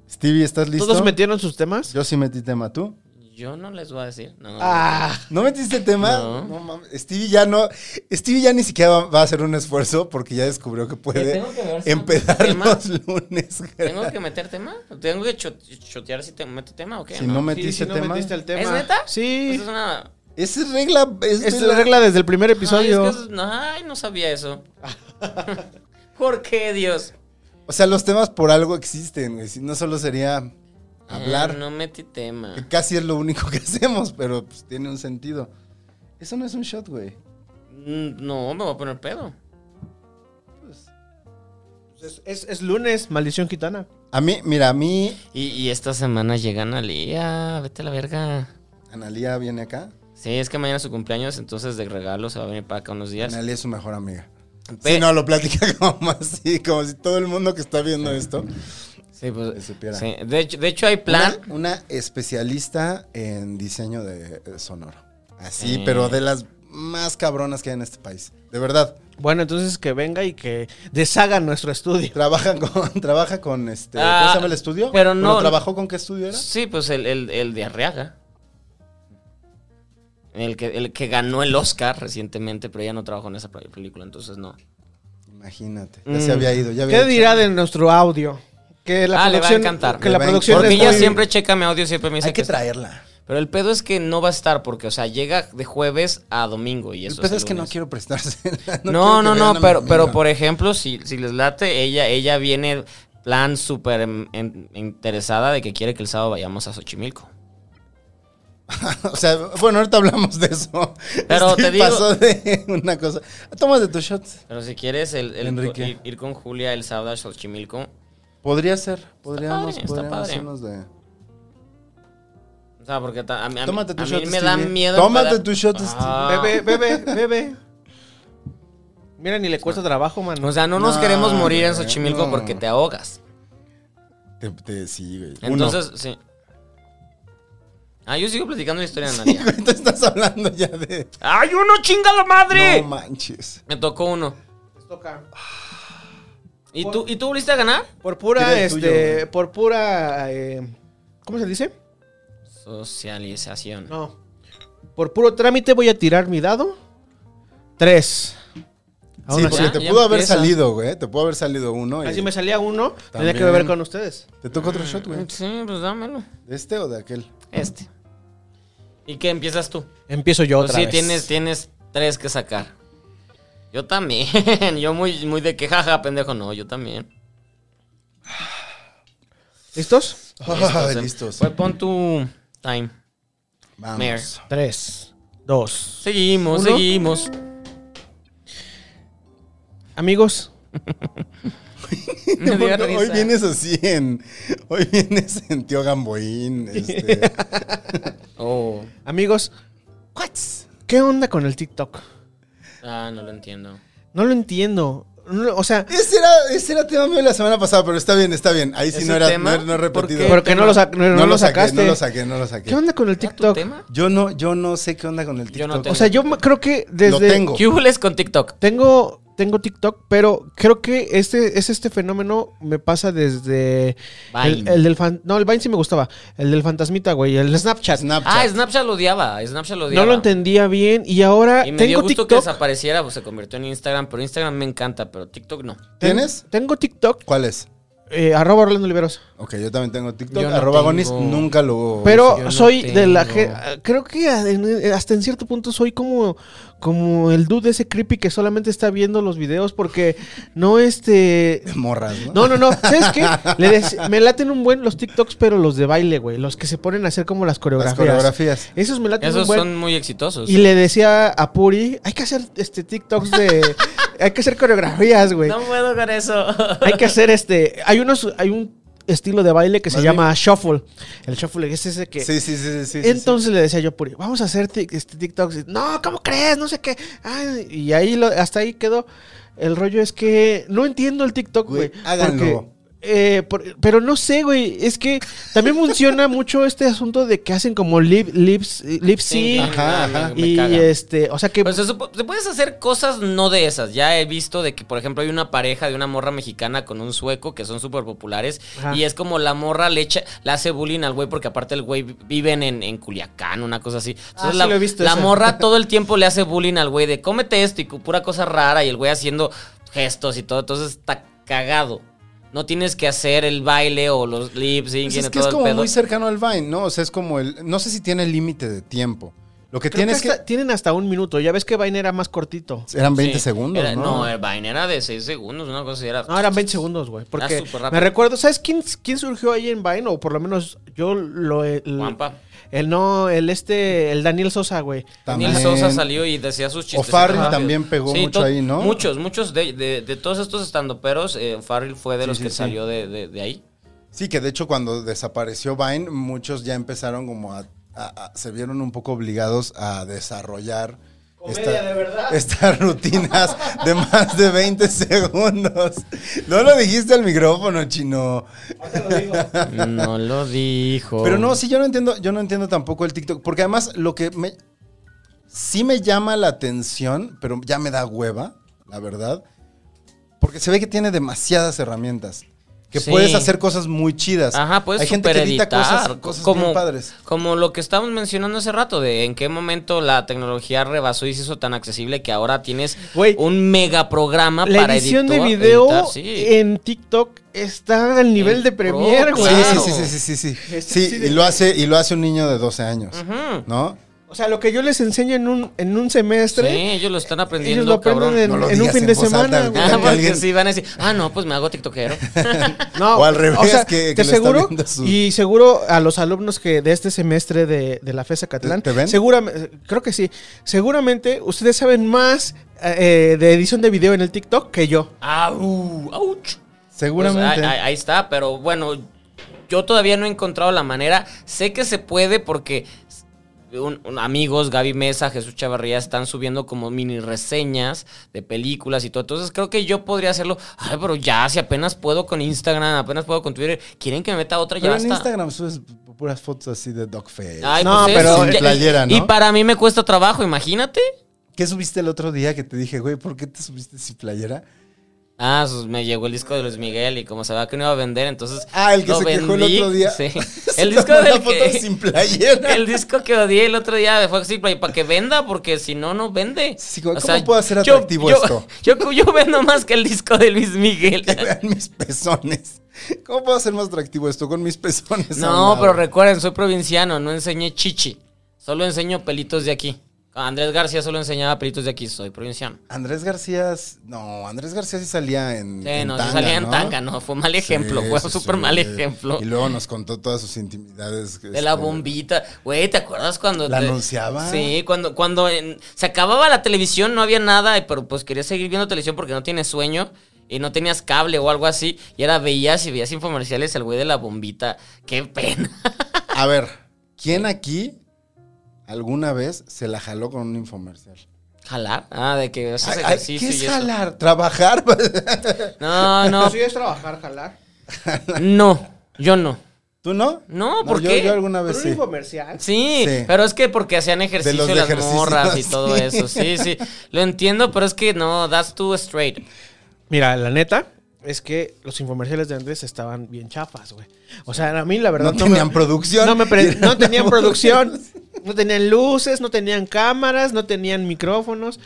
Stevie, ¿estás listo? ¿Todos metieron sus temas? Yo sí metí tema, ¿tú? Yo no les voy a decir. No. Ah, ¿No metiste tema? No. mames. Stevie ya no. Stevie ya ni siquiera va, va a hacer un esfuerzo porque ya descubrió que Eh, puede tengo que ver si empezar meto tema. los lunes. ¿Tengo que meter tema? ¿Tengo que cho- chotear si te meto tema o qué? Si no metiste sí, sí, no tema. metiste el tema. ¿Es neta? Sí. Eso es una- Esa es regla. Es, Es la regla. regla desde el primer Ay, episodio. es que eso- no, ay, no sabía eso. ¿Por qué, Dios? O sea, los temas por algo existen, güey. Si no solo sería hablar, Eh, no metí tema. que casi es lo único que hacemos, pero pues, tiene un sentido. Eso no es un shot, güey. Mm, No, me voy a poner pedo. Es, es- es lunes, maldición gitana. A mí, mira, a mí. Y, y esta semana llegan a Lía. Vete a la verga. Analia viene acá. Sí, es que mañana es su cumpleaños, entonces de regalo se va a venir para acá unos días. Analia es su mejor amiga. Pe- Sí, no, lo platica como así, como si todo el mundo que está viendo esto Sí, pues, se supiera. sí. De, hecho, de hecho, hay plan. Una, una especialista en diseño de eh, sonoro. Así, Sí. pero de las más cabronas que hay en este país. De verdad. Bueno, entonces que venga y que deshaga nuestro estudio. Trabaja con, trabaja con este. Ah, ¿Cómo se llama el estudio? pero Bueno, no- ¿Trabajó con qué estudio era? Sí, pues el, el, el de Arriaga. El que, el que ganó el Oscar recientemente, pero ya no trabajó en esa pl- película, entonces no. Imagínate. Ya se Mm. había ido. Ya había ¿Qué hecho- dirá de nuestro audio? Que la Ah, le va a producción, encantar. Que Le la va a producción encantar. Porque es ella muy- siempre checa mi audio, siempre me dice Hay que es- traerla. Pero el pedo es que no va a estar, porque, o sea, llega de jueves a domingo y El eso pedo el es que no lunes. quiero prestársela. quiero No, no, que no, vean a pero, mi pero amiga. por ejemplo, si, si les late, ella, ella viene plan súper em- en- interesada de que quiere que el sábado vayamos a Xochimilco. o sea, bueno, ahorita hablamos de eso. Pero te digo- Pasó de una cosa. Toma de tus shots. Pero si quieres el, el- Enrique. Ir, ir con Julia el sábado a Xochimilco, Podría ser. Podríamos, padre, está podríamos padre. hacernos de. o sea, porque ta- a, mí- a mí- Tómate tu a mí shot, me da Stevie. miedo. Tómate para- tu shot, Ah, Bebe, bebe, bebe. Mira, ni le cuesta trabajo, mano. O sea, no nos No, queremos morir en güey, Xochimilco no. porque te ahogas. Te, te- sí, güey. Uno. Entonces, sí. Ah, yo sigo platicando la historia de Sí, Nadia. güey, te estás hablando ya de. ¡Ay, uno chinga la madre! No manches. Me tocó uno. ¿Y tú, ¿Y tú volviste a ganar? Por pura, Tira el tuyo, este, güey. por pura, eh, ¿cómo se dice? Socialización. No. Por puro trámite voy a tirar mi dado. Tres. Aún Sí, así, porque Ya, te ya pudo haber empieza. salido, güey. Te pudo haber salido uno. Y así me salía uno, tenía También. que beber con ustedes. ¿Te toca otro shot, güey? Sí, pues dámelo. ¿De este o de aquel? Este. ¿Y qué empiezas tú? Empiezo yo Pues otra sí, vez. tienes, tienes tres que sacar. Yo también. Yo muy, muy de que jaja, pendejo. No, yo también. ¿Listos? Ah, Entonces, listos. Pues pon tu time. Vamos. Mare. Tres, dos. Seguimos, Uno. seguimos. Amigos, Me dio Porque Hoy risa. vienes así en. Hoy vienes en Tío Gamboín. Este. Oh. amigos, ¿qué onda con el TikTok? Ah, no lo entiendo. No lo entiendo. No, o sea, ese, era, ese era tema mío de la semana pasada, pero está bien, está bien. Ahí sí ¿Ese no era tema? no, no he ¿Por repetido. qué? porque no lo, sa- no, no No lo lo saqué, sacaste. no lo saqué, no lo saqué. ¿É onda con el ¿Era tu TikTok? tema? Yo no, yo no sé qué onda con el Yo no TikTok. tengo. O sea, yo me- creo que desde Lo tengo. ¿Qué hubles con TikTok? Tengo, tengo TikTok, pero creo que este es este fenómeno me pasa desde el, Vine. el del fan, no el Vine sí me gustaba, el del fantasmita, güey, el Snapchat. Snapchat. Ah, Snapchat lo odiaba. Snapchat lo odiaba. no lo entendía bien y ahora Y me dio tengo gusto TikTok. que desapareciera, pues se convirtió en Instagram, pero Instagram me encanta, pero TikTok no. ten- ¿Tienes? Tengo Tik-tok, ¿Cuál es? eh, arroba Orlando Oliveros. Ok, yo también tengo TikTok. Yo no arroba tengo. Gonis, nunca lo. Pero yo no soy de la tengo. gen- ah, creo que a- en- eh, hasta en cierto punto soy como como el dude ese creepy que solamente está viendo los videos porque no este Morras, ¿no? No, no, no. ¿Sabes qué? Le des- me laten un buen los TikToks, pero los de baile, güey. Los que se ponen a hacer como las Las coreografías. coreografías. Esos me laten un Esos buen. son muy exitosos. Y le decía a Puri, hay que hacer este TikToks de. hay que hacer coreografías, güey. No puedo con eso. Hay que hacer este. Hay unos. Hay un estilo de baile que se Más llama shuffle. El shuffle es ese que. Sí, sí, sí, sí, sí, sí. Entonces le decía yo a Puri, vamos a hacer ti- este TikToks. Y, No, ¿cómo crees? No sé qué. Ay, y ahí lo- hasta ahí quedó. El rollo es que no entiendo el TikTok, Güey, güey. háganlo. porque, eh, por- pero no sé, güey. Es que también funciona mucho este asunto de que hacen como lip, lips, eh, lip Sí, sync. Ajá, me- ajá. me Y caga. este, o sea que. Pues se supo- te puedes hacer cosas no de esas. Ya he visto de que, por ejemplo, hay una pareja de una morra mexicana con un sueco que son súper populares. Ajá. Y es como la morra le echa, le hace bullying al güey, porque aparte el güey vi- viven en, en Culiacán, una cosa así. Entonces Ah, sí la, lo he visto la eso. morra todo el tiempo le hace bullying al güey de cómete esto y cu- pura cosa rara. Y el güey haciendo gestos y todo. Entonces está cagado. No tienes que hacer el baile o los lip sync Pues y es que todo es como el pedo. muy cercano al Vine, ¿no? O sea, es como el. No sé si tiene límite de tiempo. Lo que creo tienes que que. hasta- tienen hasta un minuto. Ya ves que Vine era más cortito. Eran 20 Sí. segundos, Era- ¿no? el Vine era de 6 segundos, una cosa así era. No, eran 20 segundos, güey. Porque súper rápido. me recuerdo, ¿sabes quién, quién surgió ahí en Vine? O por lo menos yo lo. el- Juanpa. El no, el este, el Daniel Sosa, güey. Daniel Sosa salió y decía sus chistes. Farrell rápidos. también pegó mucho to- ahí, ¿no? Muchos, muchos de, de- de todos estos estandoperos, eh, Farrell fue de Sí, los sí, que sí. salió de, de- de ahí. Sí, que de hecho cuando desapareció Vine, muchos ya empezaron como a, a- a- se vieron un poco obligados a desarrollar esta- estas rutinas de más de 20 segundos. No lo dijiste al micrófono, chino. No lo dijo. Pero no, sí, yo no entiendo, yo no entiendo tampoco el TikTok, porque además lo que me sí me llama la atención, pero ya me da hueva, la verdad, porque se ve que tiene demasiadas herramientas. Que Sí. puedes hacer cosas muy chidas. Ajá, puedes Hay gente que edita supereditar, cosas, cosas como, bien padres. Como lo que estábamos mencionando hace rato, de en qué momento la tecnología rebasó y se hizo tan accesible que ahora tienes Güey, un mega programa La Ah, para edición de editor- video editar, sí. en TikTok está al nivel El de Premiere, Pro, güey. Sí, Claro. sí, sí, sí, sí, sí, sí. Este Sí, sí y de- lo hace, y lo hace un niño de 12 años, Ujú. ¿no? O sea, lo que yo les enseño en un, en un semestre, Sí, ellos lo están aprendiendo, ellos lo aprenden cabrón. en, No lo en un digas fin en de voz semana, alta, güey. Ah, Que porque alguien- sí van a decir, ah, no, pues me hago tiktokero. No, O al revés, o sea, que- que te le están seguro, viendo su- y seguro a los alumnos que de este semestre de, de la FESA Catlán, ¿Te- te ven? seguramente, creo que sí, seguramente ustedes saben más eh, de edición de video en el TikTok que yo. Au, ouch. Seguramente. Pues, ahí, ahí- ahí está, pero bueno, yo todavía no he encontrado la manera. Sé que se puede porque un- un- amigos, Gaby Mesa, Jesús Chavarría, están subiendo como mini reseñas de películas y todo. Entonces creo que yo podría hacerlo. Ay, pero ya, si apenas puedo con Instagram, apenas puedo con Twitter, ¿quieren que me meta otra? Ya Pero en basta. Instagram subes puras fotos así de Dogface. Ay, No, pues pero eso, en ya- playera, ¿no? Y para mí me cuesta trabajo, imagínate. ¿Qué subiste el otro día que te dije, güey, ¿por qué te subiste sin playera? Ah, sus- me llegó el disco de Luis Miguel y como sabía que no iba a vender, entonces. Ah, el que lo se quejó el vendí. otro día. Sí. Se El disco tomó una del foto que. sin playera. El disco que odié el otro día fue así, para para que venda, porque si no, no vende. Sí, ¿cómo puedo hacer yo- atractivo yo- esto? Yo, yo vendo más que el disco de Luis Miguel. Que vean mis pezones. ¿Cómo puedo hacer más atractivo esto con mis pezones? a un No, lado? pero recuerden, soy provinciano, no enseñé chichi. Solo enseño pelitos de aquí. Andrés García solo enseñaba pelitos de aquí, soy provinciano. Andrés García. s- No, Andrés García sí salía en. Sí, en no, tanga, se salía en tanga, no, fue mal ejemplo, Sí, fue sí, súper sí. mal ejemplo. Y luego nos contó todas sus intimidades. este, De la bombita. Güey, ¿te acuerdas cuando... ¿La te- anunciaba? Sí, cuando, cuando en- se acababa la televisión no había nada, y- pero pues querías seguir viendo televisión porque no tienes sueño y no tenías cable o algo así. Y ahora veías y veías infomerciales al güey de la bombita. ¡Qué pena! A ver, ¿quién aquí alguna vez se la jaló con un infomercial? ¿Jalar? Ah, de que haces Ay, ay, ejercicio ¿Qué es y eso. jalar? ¿Trabajar? No, no, Eso ya es trabajar, jalar. no, yo no. ¿Tú no? No, ¿por yo- qué? Yo, alguna Pero vez un sí. comercial. Sí, Sí. pero es que porque hacían ejercicio los de las ejercicio, morras y todo sí. eso. Sí, sí. Lo entiendo, pero es que no, that's too straight. Mira, la neta es que los infomerciales de antes estaban bien chafas, güey. O sea, a mí la verdad No tenían producción. No, me pre- no tenían Eran- producción. No tenían luces, no tenían cámaras, no tenían micrófonos.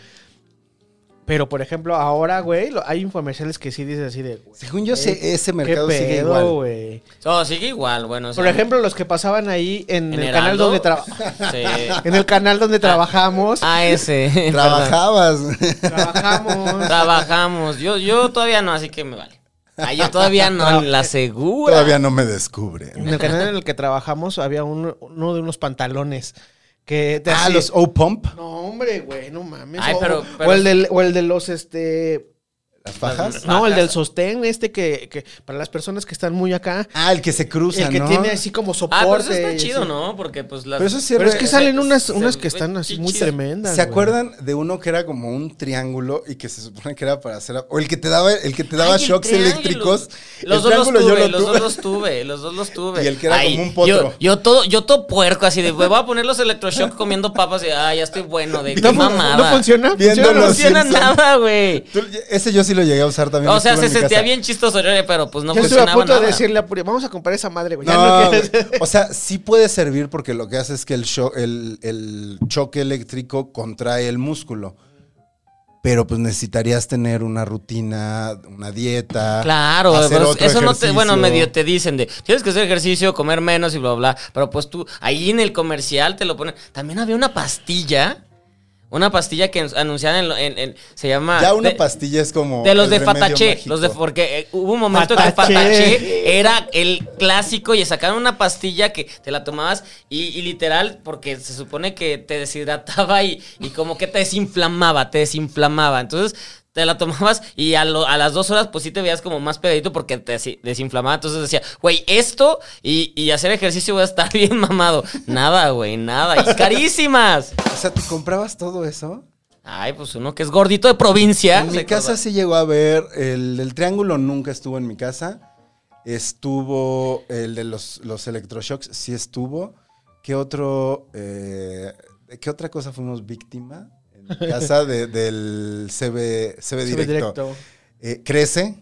Pero, por ejemplo, ahora, güey, lo- hay infomerciales que sí dices así de... güey, Según yo, sé, ese ¿qué mercado sigue pedo, igual. güey? Oh, sigue igual, bueno. o sea, Por ejemplo, los que pasaban ahí en, ¿En el canal Heraldo? donde trabajamos. Sí. En el canal donde trabajamos. Ah, ese. Trabajabas. perdón. Trabajamos. Trabajamos. Yo, yo todavía no, así que me vale. Ah, yo todavía no, la segura. Todavía no me descubren. En el canal en el que trabajamos había un- uno de unos pantalones que te Ah, hacía- los O-Pump. No, hombre, güey, no mames. Ay, o, pero- o pero- el del- o el de los, este... Las fajas. No, el del sostén este que, que para las personas que están muy acá, Ah, el que se cruza, el que ¿no? tiene así como soporte. Ah, pero eso está chido, sí. ¿no? Porque pues las... Pero eso sí Pero es re- que Se- salen unas, se- unas que se- están así muy chichis. tremendas. ¿Se güey. acuerdan de uno que era como un triángulo y que se supone que era para hacer... O el que te daba, el que te daba Ay, el shocks triángulo. eléctricos. Los El dos los triángulo yo tuve, lo los tuve. dos los tuve, los dos los tuve. Y el que era como un potro. Yo, yo todo, yo todo puerco, así de, "Me voy a poner los electroshock comiendo papas y, ah, ya estoy bueno, de qué No, fun- mamada. no funciona. Viendo No funciona. los- funciona Simpson. nada, güey. Tú- Ese yo sí lo llegué a usar también. O sea, estuvo en se mi sentía casa. bien chistoso, pero pues no Yo estuve funcionaba a punto de nada. decirle a Puri, vamos a comprar esa madre, güey. ya No, no quieres". güey. o sea, sí puede servir porque lo que hace es que el, sho- el, el choque eléctrico contrae el músculo. Pero pues necesitarías tener una rutina, una dieta. Claro, hacer pero otro eso no te, ejercicio. bueno, medio te dicen de, tienes que hacer ejercicio, comer menos y bla, bla, bla, pero pues tú, ahí en el comercial te lo ponen, también había una pastilla, una pastilla que anunciaban en, lo- en- en- se llama... Ya una de- pastilla es como. De los el de remedio Fatache, mágico. los de porque eh, hubo un momento que Fatache. Fatache era el clásico y sacaron una pastilla que te la tomabas y, y literal porque se supone que te deshidrataba y, y como que te desinflamaba, te desinflamaba. Entonces te la tomabas y a, lo- a las dos horas pues sí te veías como más pedadito porque te desi- desinflamaba. Entonces decía, güey, esto y, y hacer ejercicio voy a estar bien mamado. Nada, güey, nada. Y carísimas. O sea, ¿te comprabas todo eso? Ay, pues uno que es gordito de provincia. En mi se casa acuerda. sí llegó a ver. El, del triángulo nunca estuvo en mi casa. Estuvo. El de los, los electroshocks sí estuvo. ¿Qué otro. eh, ¿de ¿Qué otra cosa fuimos víctima? En mi casa de- del CB, CB Sí, Directo. directo. Eh, crece.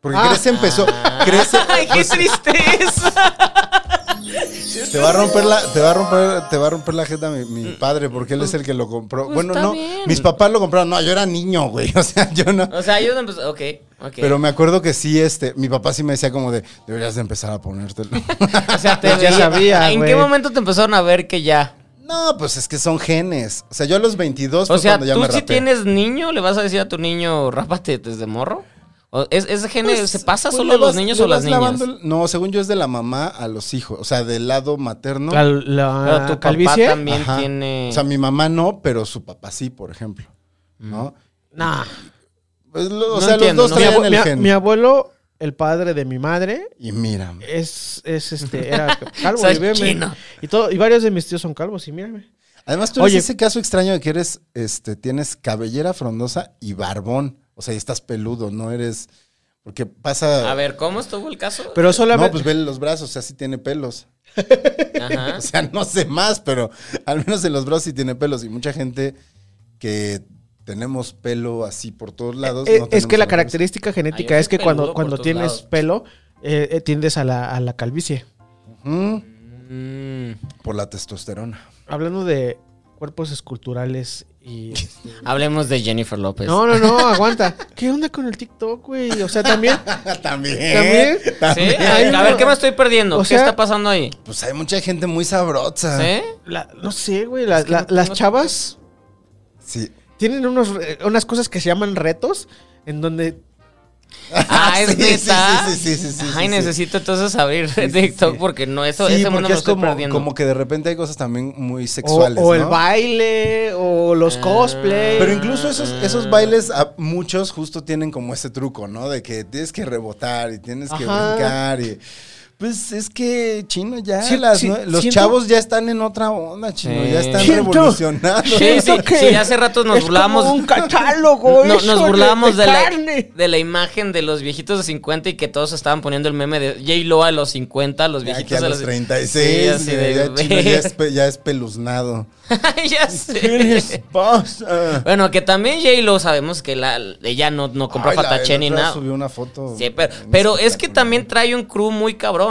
Porque Ah. Crece empezó. Crece. Pues, Ay, qué tristeza. Te va a romper la, te va a romper, te va a romper la jeta mi, mi padre, porque él es el que lo compró. Mm. Pues bueno, está no, bien. mis papás lo compraron. No, yo era niño, güey. O sea, yo no. O sea, ellos empezaron. Ok, ok. Pero me acuerdo que sí, este, mi papá sí me decía como de, deberías de empezar a ponértelo. o sea, te pues, Ya veía- sabía, ¿En güey. qué momento te empezaron a ver que ya? no, pues es que son genes. O sea, yo a los 22 O fue sea, cuando ya tú me si rapé. tienes niño, ¿le vas a decir a tu niño, rápate desde morro? ¿O ¿Es, ¿Ese gene Pues, se pasa pues solo le a los vas- niños le o las vas niñas? lavando el- no, según yo es de la mamá a los hijos. O sea, del lado materno. La, la Pero tu calvicie. papá también Ajá. tiene. O sea, mi mamá no, pero su papá sí, por ejemplo. ¿No? Nah. Pues lo- o Mm. No sea, entiendo, los no Mi, dos traían abue- mi el a- gen. mi abuelo, el padre de mi madre, y mírame. es, es este, era calvo Soy y veme. chino. Y, todo, y varios de mis tíos son calvos y mírame. Además, tú Oye. eres ese caso extraño de que eres, este, tienes cabellera frondosa y barbón. O sea, y estás peludo, no eres. Porque pasa. A ver, ¿cómo estuvo el caso? Pero solamente. no, pues vele los brazos, o sea, sí tiene pelos. Ajá. O sea, no sé más, pero al menos en los brazos sí tiene pelos. Y mucha gente que tenemos pelo así por todos lados. Eh, no es tenemos que la pelos. característica genética Ay, yo es soy que cuando, peludo cuando por todos tienes lados. pelo, eh, eh, tiendes a la, a la calvicie. Ujú, Mm. por la testosterona. Hablando de cuerpos esculturales y... Pues. Hablemos de Jennifer López. No, no, no, aguanta. ¿Qué onda con el TikTok, güey? O sea, también... También. También. ¿Sí? Ay, A ver, no. ¿qué me estoy perdiendo? O ¿Qué sea- está pasando ahí? Pues hay mucha gente muy sabrosa. ¿Sí? la- no sé, güey. la- Es que la- no tengo las TikTok. chavas Sí. tienen unos, re- unas cosas que se llaman retos en donde... Ah, es Sí, sí, neta. sí, sí, sí, sí, sí, Ay, sí. necesito entonces abrir sí, TikTok sí. porque no, eso, Sí, ese mundo porque me lo es estoy como, perdiendo. como que de repente hay cosas también muy O, sexuales. o el ¿no? baile, o los Ah. cosplays. Pero incluso esos, esos bailes, a muchos justo tienen como ese truco, ¿no? De que tienes que rebotar y tienes que Ajá. brincar y. Pues es que, chino, ya Sí, las sí, nue- los siento- chavos ya están en otra onda, chino. Sí. Ya están Siento- revolucionados. Sí, sí, Siento que sí, hace rato nos es como burlamos. un catálogo, No, eso nos de- burlamos de de, la, carne. de la imagen de los viejitos de 50 y que todos estaban poniendo el meme de J. Lo a los 50, los Ya viejitos que a de los Sí, 36, así de, ya, chino, ya, es, pe- ya es peluznado. ya sé. Bueno, que también J. Lo sabemos que la, ella no, no compra Ay, la- patache el ni otro día nada. Subió una foto. Sí, pero, muy pero es que espectacular. también trae un crew muy cabrón.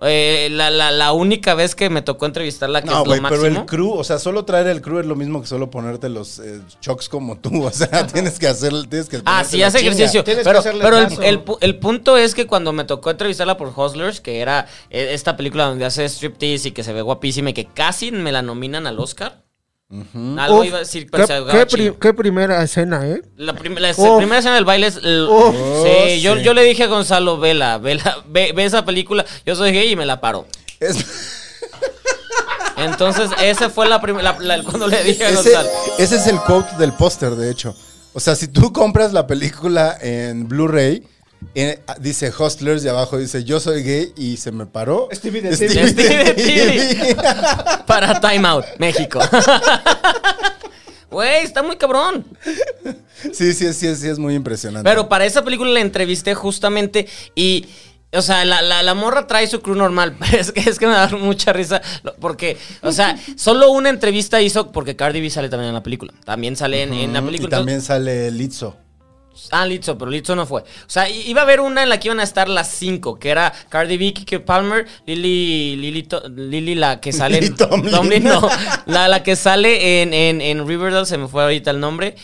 Eh, la, la- la única vez que me tocó entrevistarla, que No, es güey, lo pero el máximo. crew, o sea, solo traer el crew es lo mismo que solo ponerte los eh, shocks como tú. O sea, tienes que hacer, tienes que Ah, sí, ponértelo hace chinga. ejercicio. Tienes que Pero, hacerle pero el, caso. el pu- el punto es que cuando me tocó entrevistarla por Hustlers, que era eh, esta película donde hace striptease y que se ve guapísima y que casi me la nominan al Oscar. Algo Uf, iba a decir, qué, pero se qué agachó. pri- qué primera escena, ¿eh? La, prim- la- la Uf. primera escena del baile es. l- Uf. sí, yo, Sí. yo le dije a Gonzalo, vela, vela, ve, ve esa película. Yo soy gay y me la paro. Es- Entonces, esa fue la primera. Cuando le dije a ese, Gonzalo. ese es el quote del póster, de hecho. O sea, si tú compras la película en Blu-ray, eh, dice Hustlers y abajo dice yo soy gay y se me paró. Stevie de Stevie. de Stevie de Stevie. para Time Out, México. Güey, está muy cabrón. Sí, sí, sí, sí, es muy impresionante. Pero para esa película la entrevisté justamente y. O sea, la, la- la morra trae su crew normal. pero Es que, es que me da mucha risa. lo- Porque, o sea, solo una entrevista hizo. Porque Cardi B sale también en la película. También sale en, en la Ujú, película. Y también sale Lizzo. entonces- ah, Lizzo, pero Lizzo no fue. O sea, i- iba a haber una en la que iban a estar las cinco. Que era Cardi B, Kiki Palmer, Lily, Lily, To- Lily, la que sale. Lily en- Tomlin. no. La, la que sale en, en, en Riverdale, se me fue ahorita el nombre.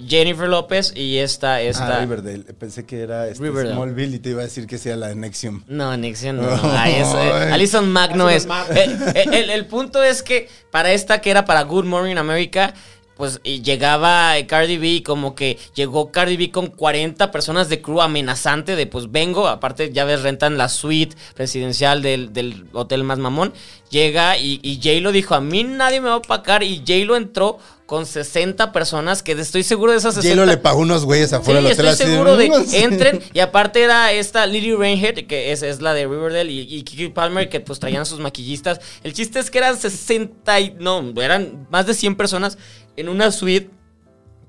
Jennifer López y esta, esta. Ah, Riverdale. Pensé que era este, Riverdale. Smallville y te iba a decir que sea la de Nexium. No, Nexion no. No, Ah, es, eh, ay. Alison Mack no es. Alison Mack. Eh, eh, el, el punto es que para esta que era para Good Morning America, pues y llegaba eh, Cardi B y como que llegó Cardi B con 40 personas de crew amenazante de pues vengo, aparte ya ves, rentan la suite presidencial del, del hotel más mamón. Llega y, y J-Lo dijo, a mí nadie me va a pagar y J-Lo entró con 60 personas que estoy seguro de esas 60 Hielo le pagó unos güeyes Sí, afuera del hotel. estoy así de, seguro de "Mm, sí". entren. Y aparte era esta Lily Rainhead, que es, es la de Riverdale, y, y Kiki Palmer, que pues traían sus maquillistas. El chiste es que eran 60, y, no, eran más de 100 personas en una suite.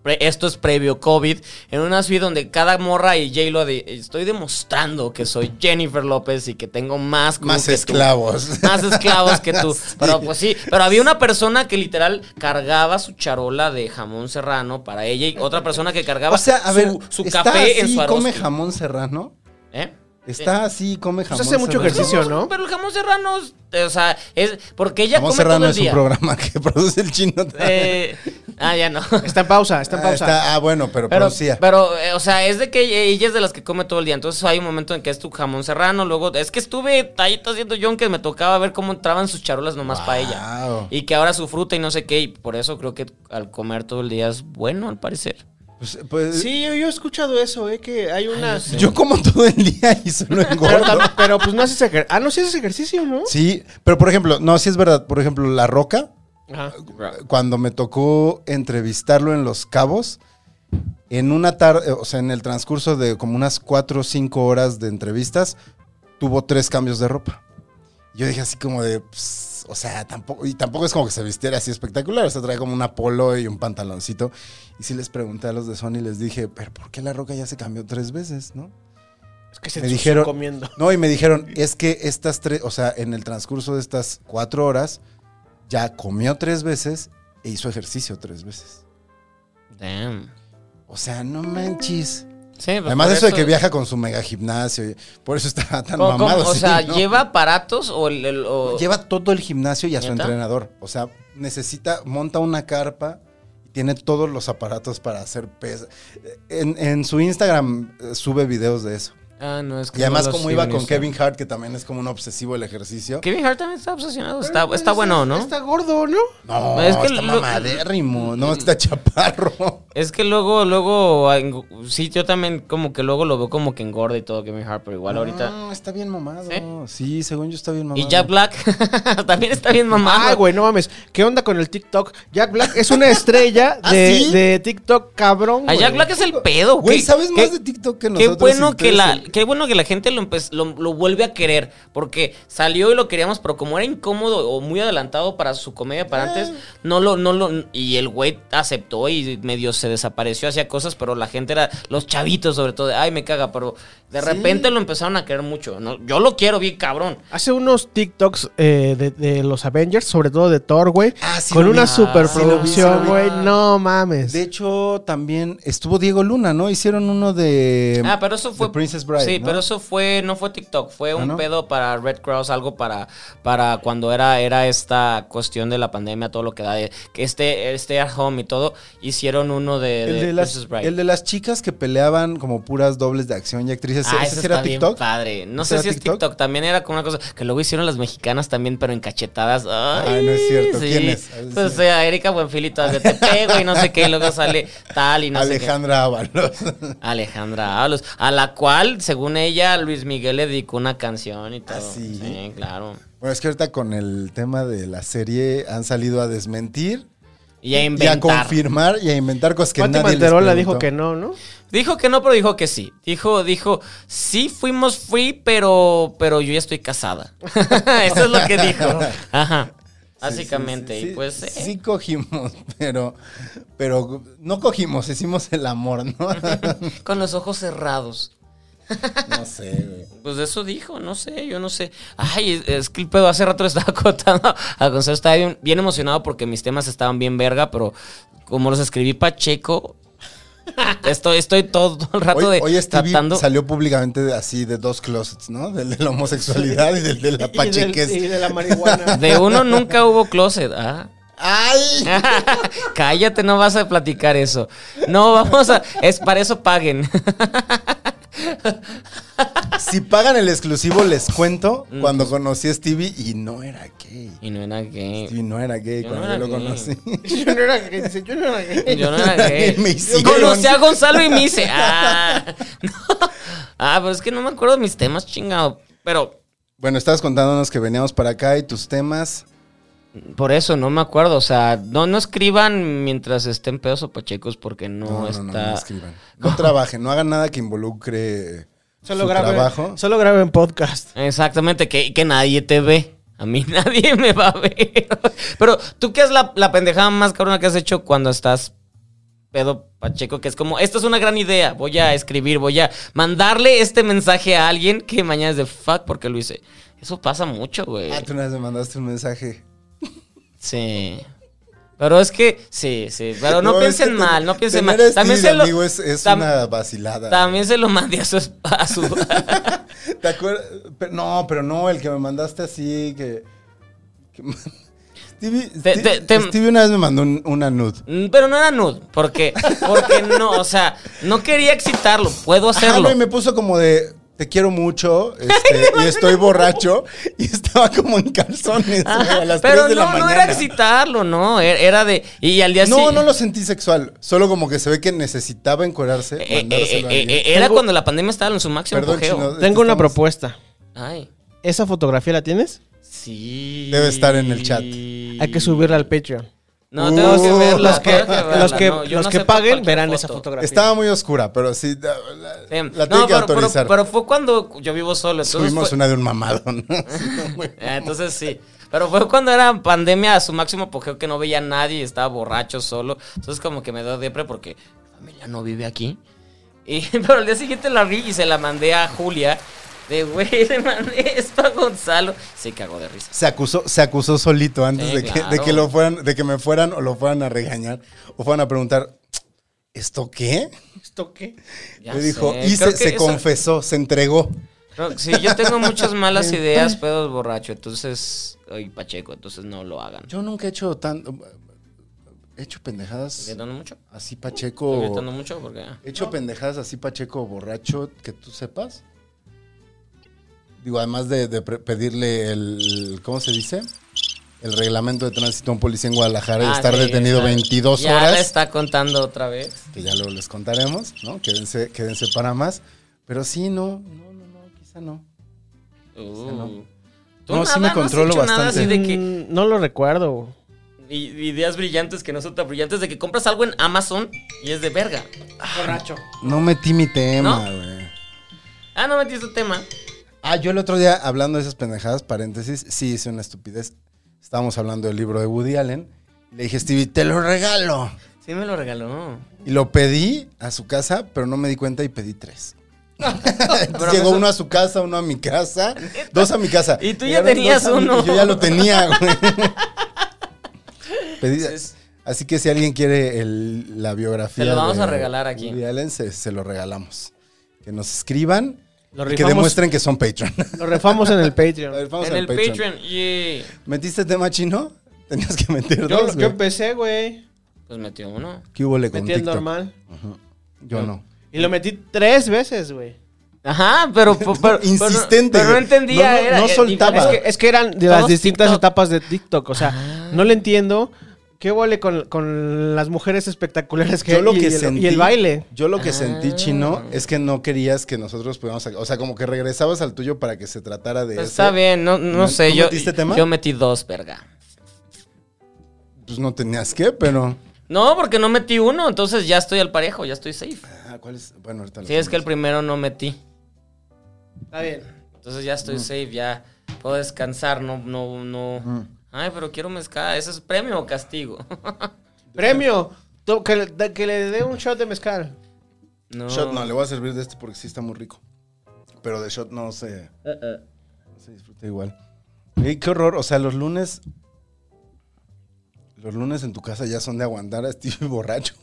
pre- Esto es previo COVID. En una suite donde cada morra y J-Lo de- estoy demostrando que soy Jennifer López y que tengo más crew Más que tú". esclavos. Más esclavos que tú. Sí. Pero pues sí, pero había una persona que literal cargaba su charola de jamón serrano para ella y otra persona que cargaba O sea, a su, ver, su está café en así, su come arroz. jamón serrano. ¿Eh? Está así, come jamón Pues hace mucho serrano. ejercicio, ¿no? Pero el jamón serrano, es- eh, o sea, es porque ella Jamón come todo serrano el es un día. programa que produce el chino. Eh, ah, ya no. Está en pausa, está en ah, pausa. está- ah, bueno, pero, Pero, producía. pero, eh, o sea, es de que ella- ella es de las que come todo el día. Entonces hay un momento en que es tu jamón serrano. Luego, es que estuve tallito haciendo yo que me tocaba ver cómo entraban sus charolas nomás Ah, para ella. Wow. Y que ahora su fruta y no sé qué. Y por eso creo que al comer todo el día es bueno, al parecer. Pues- pues, Sí, yo, yo he escuchado eso, ¿eh? Que hay una... Yo como todo el día y solo pero, engordo. tam- pero, pues no haces ejercicio. Ah, no, sí haces ejercicio, ¿no? sí, pero por ejemplo, no, sí es verdad. Por ejemplo, La Roca, Ajá. cuando me tocó entrevistarlo en Los Cabos, en una tarde, o sea, en el transcurso de como unas 4 o 5 horas de entrevistas, tuvo tres cambios de ropa. Y Yo dije así como de, pues, o sea, tampoco, y tampoco es como que se vistiera así espectacular, o sea, trae como una polo y un pantaloncito. Y sí les pregunté a los de Sony, les dije, pero ¿por qué la roca ya se cambió tres veces, no? Es que se me te dijeron, comiendo. No, y me dijeron, es que estas tres, o sea, en el transcurso de estas cuatro horas, ya comió tres veces e hizo ejercicio tres veces. Damn. O sea, no manches. Sí, pues Además por de eso de que viaja con su mega gimnasio, y- por eso está tan ¿Cómo- cómo? mamado. O sí, sea, ¿no? ¿lleva aparatos o el... el- o- Lleva todo el gimnasio y a su ¿Neta? entrenador. O sea, necesita, monta una carpa y tiene todos los aparatos para hacer pesas. En, en su Instagram eh, sube videos de eso. Ah, no, es que Y además, no los como iba con sincronizé. Kevin Hart, que también es como un obsesivo el ejercicio. Kevin Hart también está obsesionado. Está, pues, está bueno, ¿no? Está gordo, ¿no? No, Pues Es que está lo- Mm. mamadérrimo. No, está chaparro. Es que luego, luego, en- sí, yo también como que luego lo veo como que engorda y todo Kevin Hart, pero igual ahorita... Ah, No, está bien mamado. ¿Sí? Sí, según yo está bien mamado. Y Jack Black también está bien mamado. Ah, güey, no mames. ¿Qué onda con el TikTok? Jack Black es una estrella ¿Ah, de, sí? de TikTok, cabrón. A güey. Jack Black es el pedo, Güey, ¿Qué- ¿sabes qué- más de TikTok que Qué nosotros? bueno que, la, Ustedes- qué bueno que la gente lo, empe- lo, lo vuelve a querer, porque salió y lo queríamos, pero como era incómodo o muy adelantado para su comedia para Ah. antes, no lo, no lo, y el güey aceptó y medio se desapareció, hacía cosas, pero la gente era, los chavitos sobre todo, de, ay, me caga, pero de repente lo empezaron a querer mucho. No, yo lo quiero bien cabrón. Hace unos TikToks eh, de, de los Avengers, sobre todo de Thor, güey. Ah, sí con lo vi. una Ah, superproducción, sí lo vi, sí lo güey. vi. No mames. De hecho, también estuvo Diego Luna, ¿no? Hicieron uno de. Ah, pero eso de fue. Eh, Princess Bride. sí, ¿no? Ah, pero eso fue. No fue TikTok, fue un no? pedo para Red Cross, algo para, para cuando era, era esta cuestión de la pandemia, todo lo que da de que este, este at home y todo, hicieron uno de, El de de, las, Princess Bride. el de las chicas que peleaban como puras dobles de acción y actrices. Ah, ¿Ese eso sí era está bien TikTok? padre. No ¿Ese sé era si es TikTok? TikTok. también era como una cosa que luego hicieron las mexicanas también, pero en cachetadas. Ay, Ay, Ah, no es cierto. sí. ¿Quién es? A ver, Pues, sí. o sea, Erika Buenfil y de te pego y no sé qué, y luego sale tal y no sé qué. Alejandra Ábalos. Alejandra Ábalos, a la cual, según ella, Luis Miguel le dedicó una canción y todo. ¿Ah, sí? claro. bueno, es que ahorita con el tema de la serie han salido a desmentir Y a y a inventar. confirmar y a inventar cosas que Pati nadie les Manterola preguntó. dijo que no, ¿no? dijo que no, pero dijo que sí. Dijo, dijo, sí fuimos free, pero, pero yo ya estoy casada. Eso es lo que dijo. Ajá. Sí, sí, Básicamente. sí, y sí, pues. eh, sí cogimos, pero, pero no cogimos, hicimos el amor, ¿no? Con los ojos cerrados. no sé, güey. Pues eso dijo, no sé, yo no sé. Ay, es- es que el pedo hace rato le estaba contando a Gonzalo, estaba bien, bien emocionado porque mis temas estaban bien verga, pero como los escribí Pacheco, estoy, estoy todo, todo el rato Hoy, de hoy Stevie tratando. salió públicamente de- así de dos closets, ¿no? Del de la homosexualidad y del de la pacheques. Y, del- y de la marihuana. De uno nunca hubo closet, ah. ¡Ay! Cállate, no vas a platicar eso. No, vamos a. Es para eso paguen. Si pagan el exclusivo, les cuento Mm. cuando conocí a Stevie y no era gay. Y no era gay. Stevie no era gay Yo no cuando era yo lo gay. conocí. yo no era gay, dice, yo no era gay. Yo no era gay. Me hicieron. Conocí a Gonzalo y me hice. Ah, no. Ah, pero es que no me acuerdo de mis temas, chingado. Pero Bueno, estabas contándonos que veníamos para acá y tus temas. por eso no me acuerdo. O sea, no, no escriban mientras estén pedos o pachecos porque no, No, no, no, está. no, no escriban. No trabajen, no hagan nada que involucre Solo su grabo, trabajo. solo grabo en podcast. Exactamente, que, que nadie te ve. A mí nadie me va a ver. Pero, ¿tú qué es la, la pendejada más cabrona que has hecho cuando estás pedo pacheco? Que es como, esta es una gran idea, voy a escribir, voy a mandarle este mensaje a alguien que mañana es de fuck porque lo hice. Eso pasa mucho, güey. Ah, tú una vez me mandaste un mensaje. Sí. Pero es que, sí, sí. Pero no, es piensen que ten- mal, no piensen mal. tener a También Stevie se de lo, amigo es, es tam- una vacilada. también se lo mandé a su... esp- A su ¿Te acuerdas? Pero- no, pero no, el que me mandaste así que. que man- Stevie, Te- Ste- te- te- Stevie una vez me mandó un- una nude. Mm, Pero no era nude, porque, porque no, o sea, no quería excitarlo, puedo Ajá, hacerlo. no, y me puso como de. Te quiero mucho, este, y estoy borracho, y estaba como en calzones güey, Ajá, a las pero 3 de no, la no mañana. era excitarlo, no, er- era de... Y al día No, siguiente... no lo sentí sexual, solo como que se ve que necesitaba encuerarse, eh, mandárselo a alguien. era Tengo- cuando la pandemia estaba en su máximo Perdón, apogeo. chino, Tengo una estamos- propuesta. Ay, ¿Esa fotografía la tienes? sí. Debe estar en el chat. Hay que subirla al Patreon. No, tengo que Uh, verla. los que, tengo verla, los que, no, yo los no que sé por paguen cualquier verán foto. esa fotografía. Estaba muy oscura, pero sí. La, la- Sí. la tiene no, que pero, pero- autorizar. pero fue cuando yo vivo solo. Entonces Subimos fue- una de un mamado, ¿no? Sí, muy- Ah, Entonces sí. Pero fue cuando era pandemia a su máximo apogeo que no veía a nadie y estaba borracho solo. Entonces como que me dio depre porque mi familia no vive aquí. Y, pero al día siguiente la vi y se la mandé a Julia. De güey, le mandé esto a Gonzalo. Se cagó de risa. se acusó, se acusó solito antes Sí, de, que, claro. de que lo fueran, de que me fueran o lo fueran a regañar o fueran a preguntar ¿esto qué? ¿Esto qué? Ya Le dijo, sé. y Creo se, que se esa- confesó, se entregó. No, sí, yo tengo muchas malas ideas, pedos borracho. Entonces, ay, Pacheco, entonces no lo hagan. Yo nunca he hecho tan he hecho pendejadas ¿Estoy gritando mucho? así ¿Estoy Pacheco. gritando mucho? Porque... He hecho pendejadas así Pacheco borracho que tú sepas. Digo, además de, de pre- pedirle el ¿cómo se dice? El reglamento de tránsito a un policía en Guadalajara y Ah, estar sí, detenido está- 22 ya horas. la está contando otra vez. que ya luego les contaremos, ¿no? Quédense, quédense para más. Pero sí, no, no, no, no, quizá no. Uh. Oh. No, sí me has controlo hecho nada bastante. así de que- Mm, No lo recuerdo. i- ideas brillantes que no son tan brillantes, de que compras algo en Amazon y es de verga. Borracho. No metí mi tema, ¿No? güey. Ah, no metiste tema. Ah, yo el otro día, hablando de esas pendejadas, paréntesis, sí hice una estupidez. Estábamos hablando del libro de Woody Allen. Le dije, Stevie, te lo regalo. Sí me lo regaló. Y lo pedí a su casa, pero no me di cuenta y pedí tres. Pero Llegó eso- uno a su casa, uno a mi casa, dos a mi casa. Y tú ya Llegaron tenías dos a mí, uno. y Yo ya lo tenía, güey. Pedí- Entonces- así que si alguien quiere el- la biografía. Se lo vamos de a regalar aquí. Woody Allen, se, se lo regalamos. Que nos escriban Lo y que rifamos. demuestren que son Patreon. Lo refamos en el A Patreon. ver, vamos en al el Patreon. y ¿Metiste ¿Metiste tema chino? Tenías que Yo, meter dos. yo güey. empecé, güey. Pues metió uno. ¿Qué hubo le con Metí el TikTok? normal. Yo no. Y lo metí tres veces, güey. Ajá, pero, pero- pero- Insistente, Pero, no güey. entendía. No, no, era- no era- soltaba. es Es que- que, es que eran de las Todos distintas TikTok. etapas de TikTok. O sea, no le entiendo. ¿Qué huele con, con las mujeres espectaculares que Yo lo y que el- sentí, y el baile? Yo lo que Ah. sentí chino es que no querías que nosotros pudiéramos, o sea, como que regresabas al tuyo para que se tratara de pues ese. está bien, no, no Este, ¿No- sé. tú Yo, metiste tema? yo metí dos, verga. Pues no tenías que, pero No, porque no metí uno, entonces ya estoy al parejo, ya estoy safe. ah, ¿cuál es? Bueno, ahorita lo Sí, es que el ponemos. primero no metí. Está bien. Entonces ya Mm. estoy safe, ya puedo descansar, no, no, no. Ujú. Ay, pero quiero mezclar. ¿Eso es premio o castigo? Premio. Tú, Que, le- que le dé un shot de mezcal. no. Shot no, le voy a servir de este porque sí está muy rico. Pero de shot no Eh, se, se disfruta igual. Ey, qué horror, o sea, los lunes los lunes en tu casa ya son de aguantar a Steve borracho.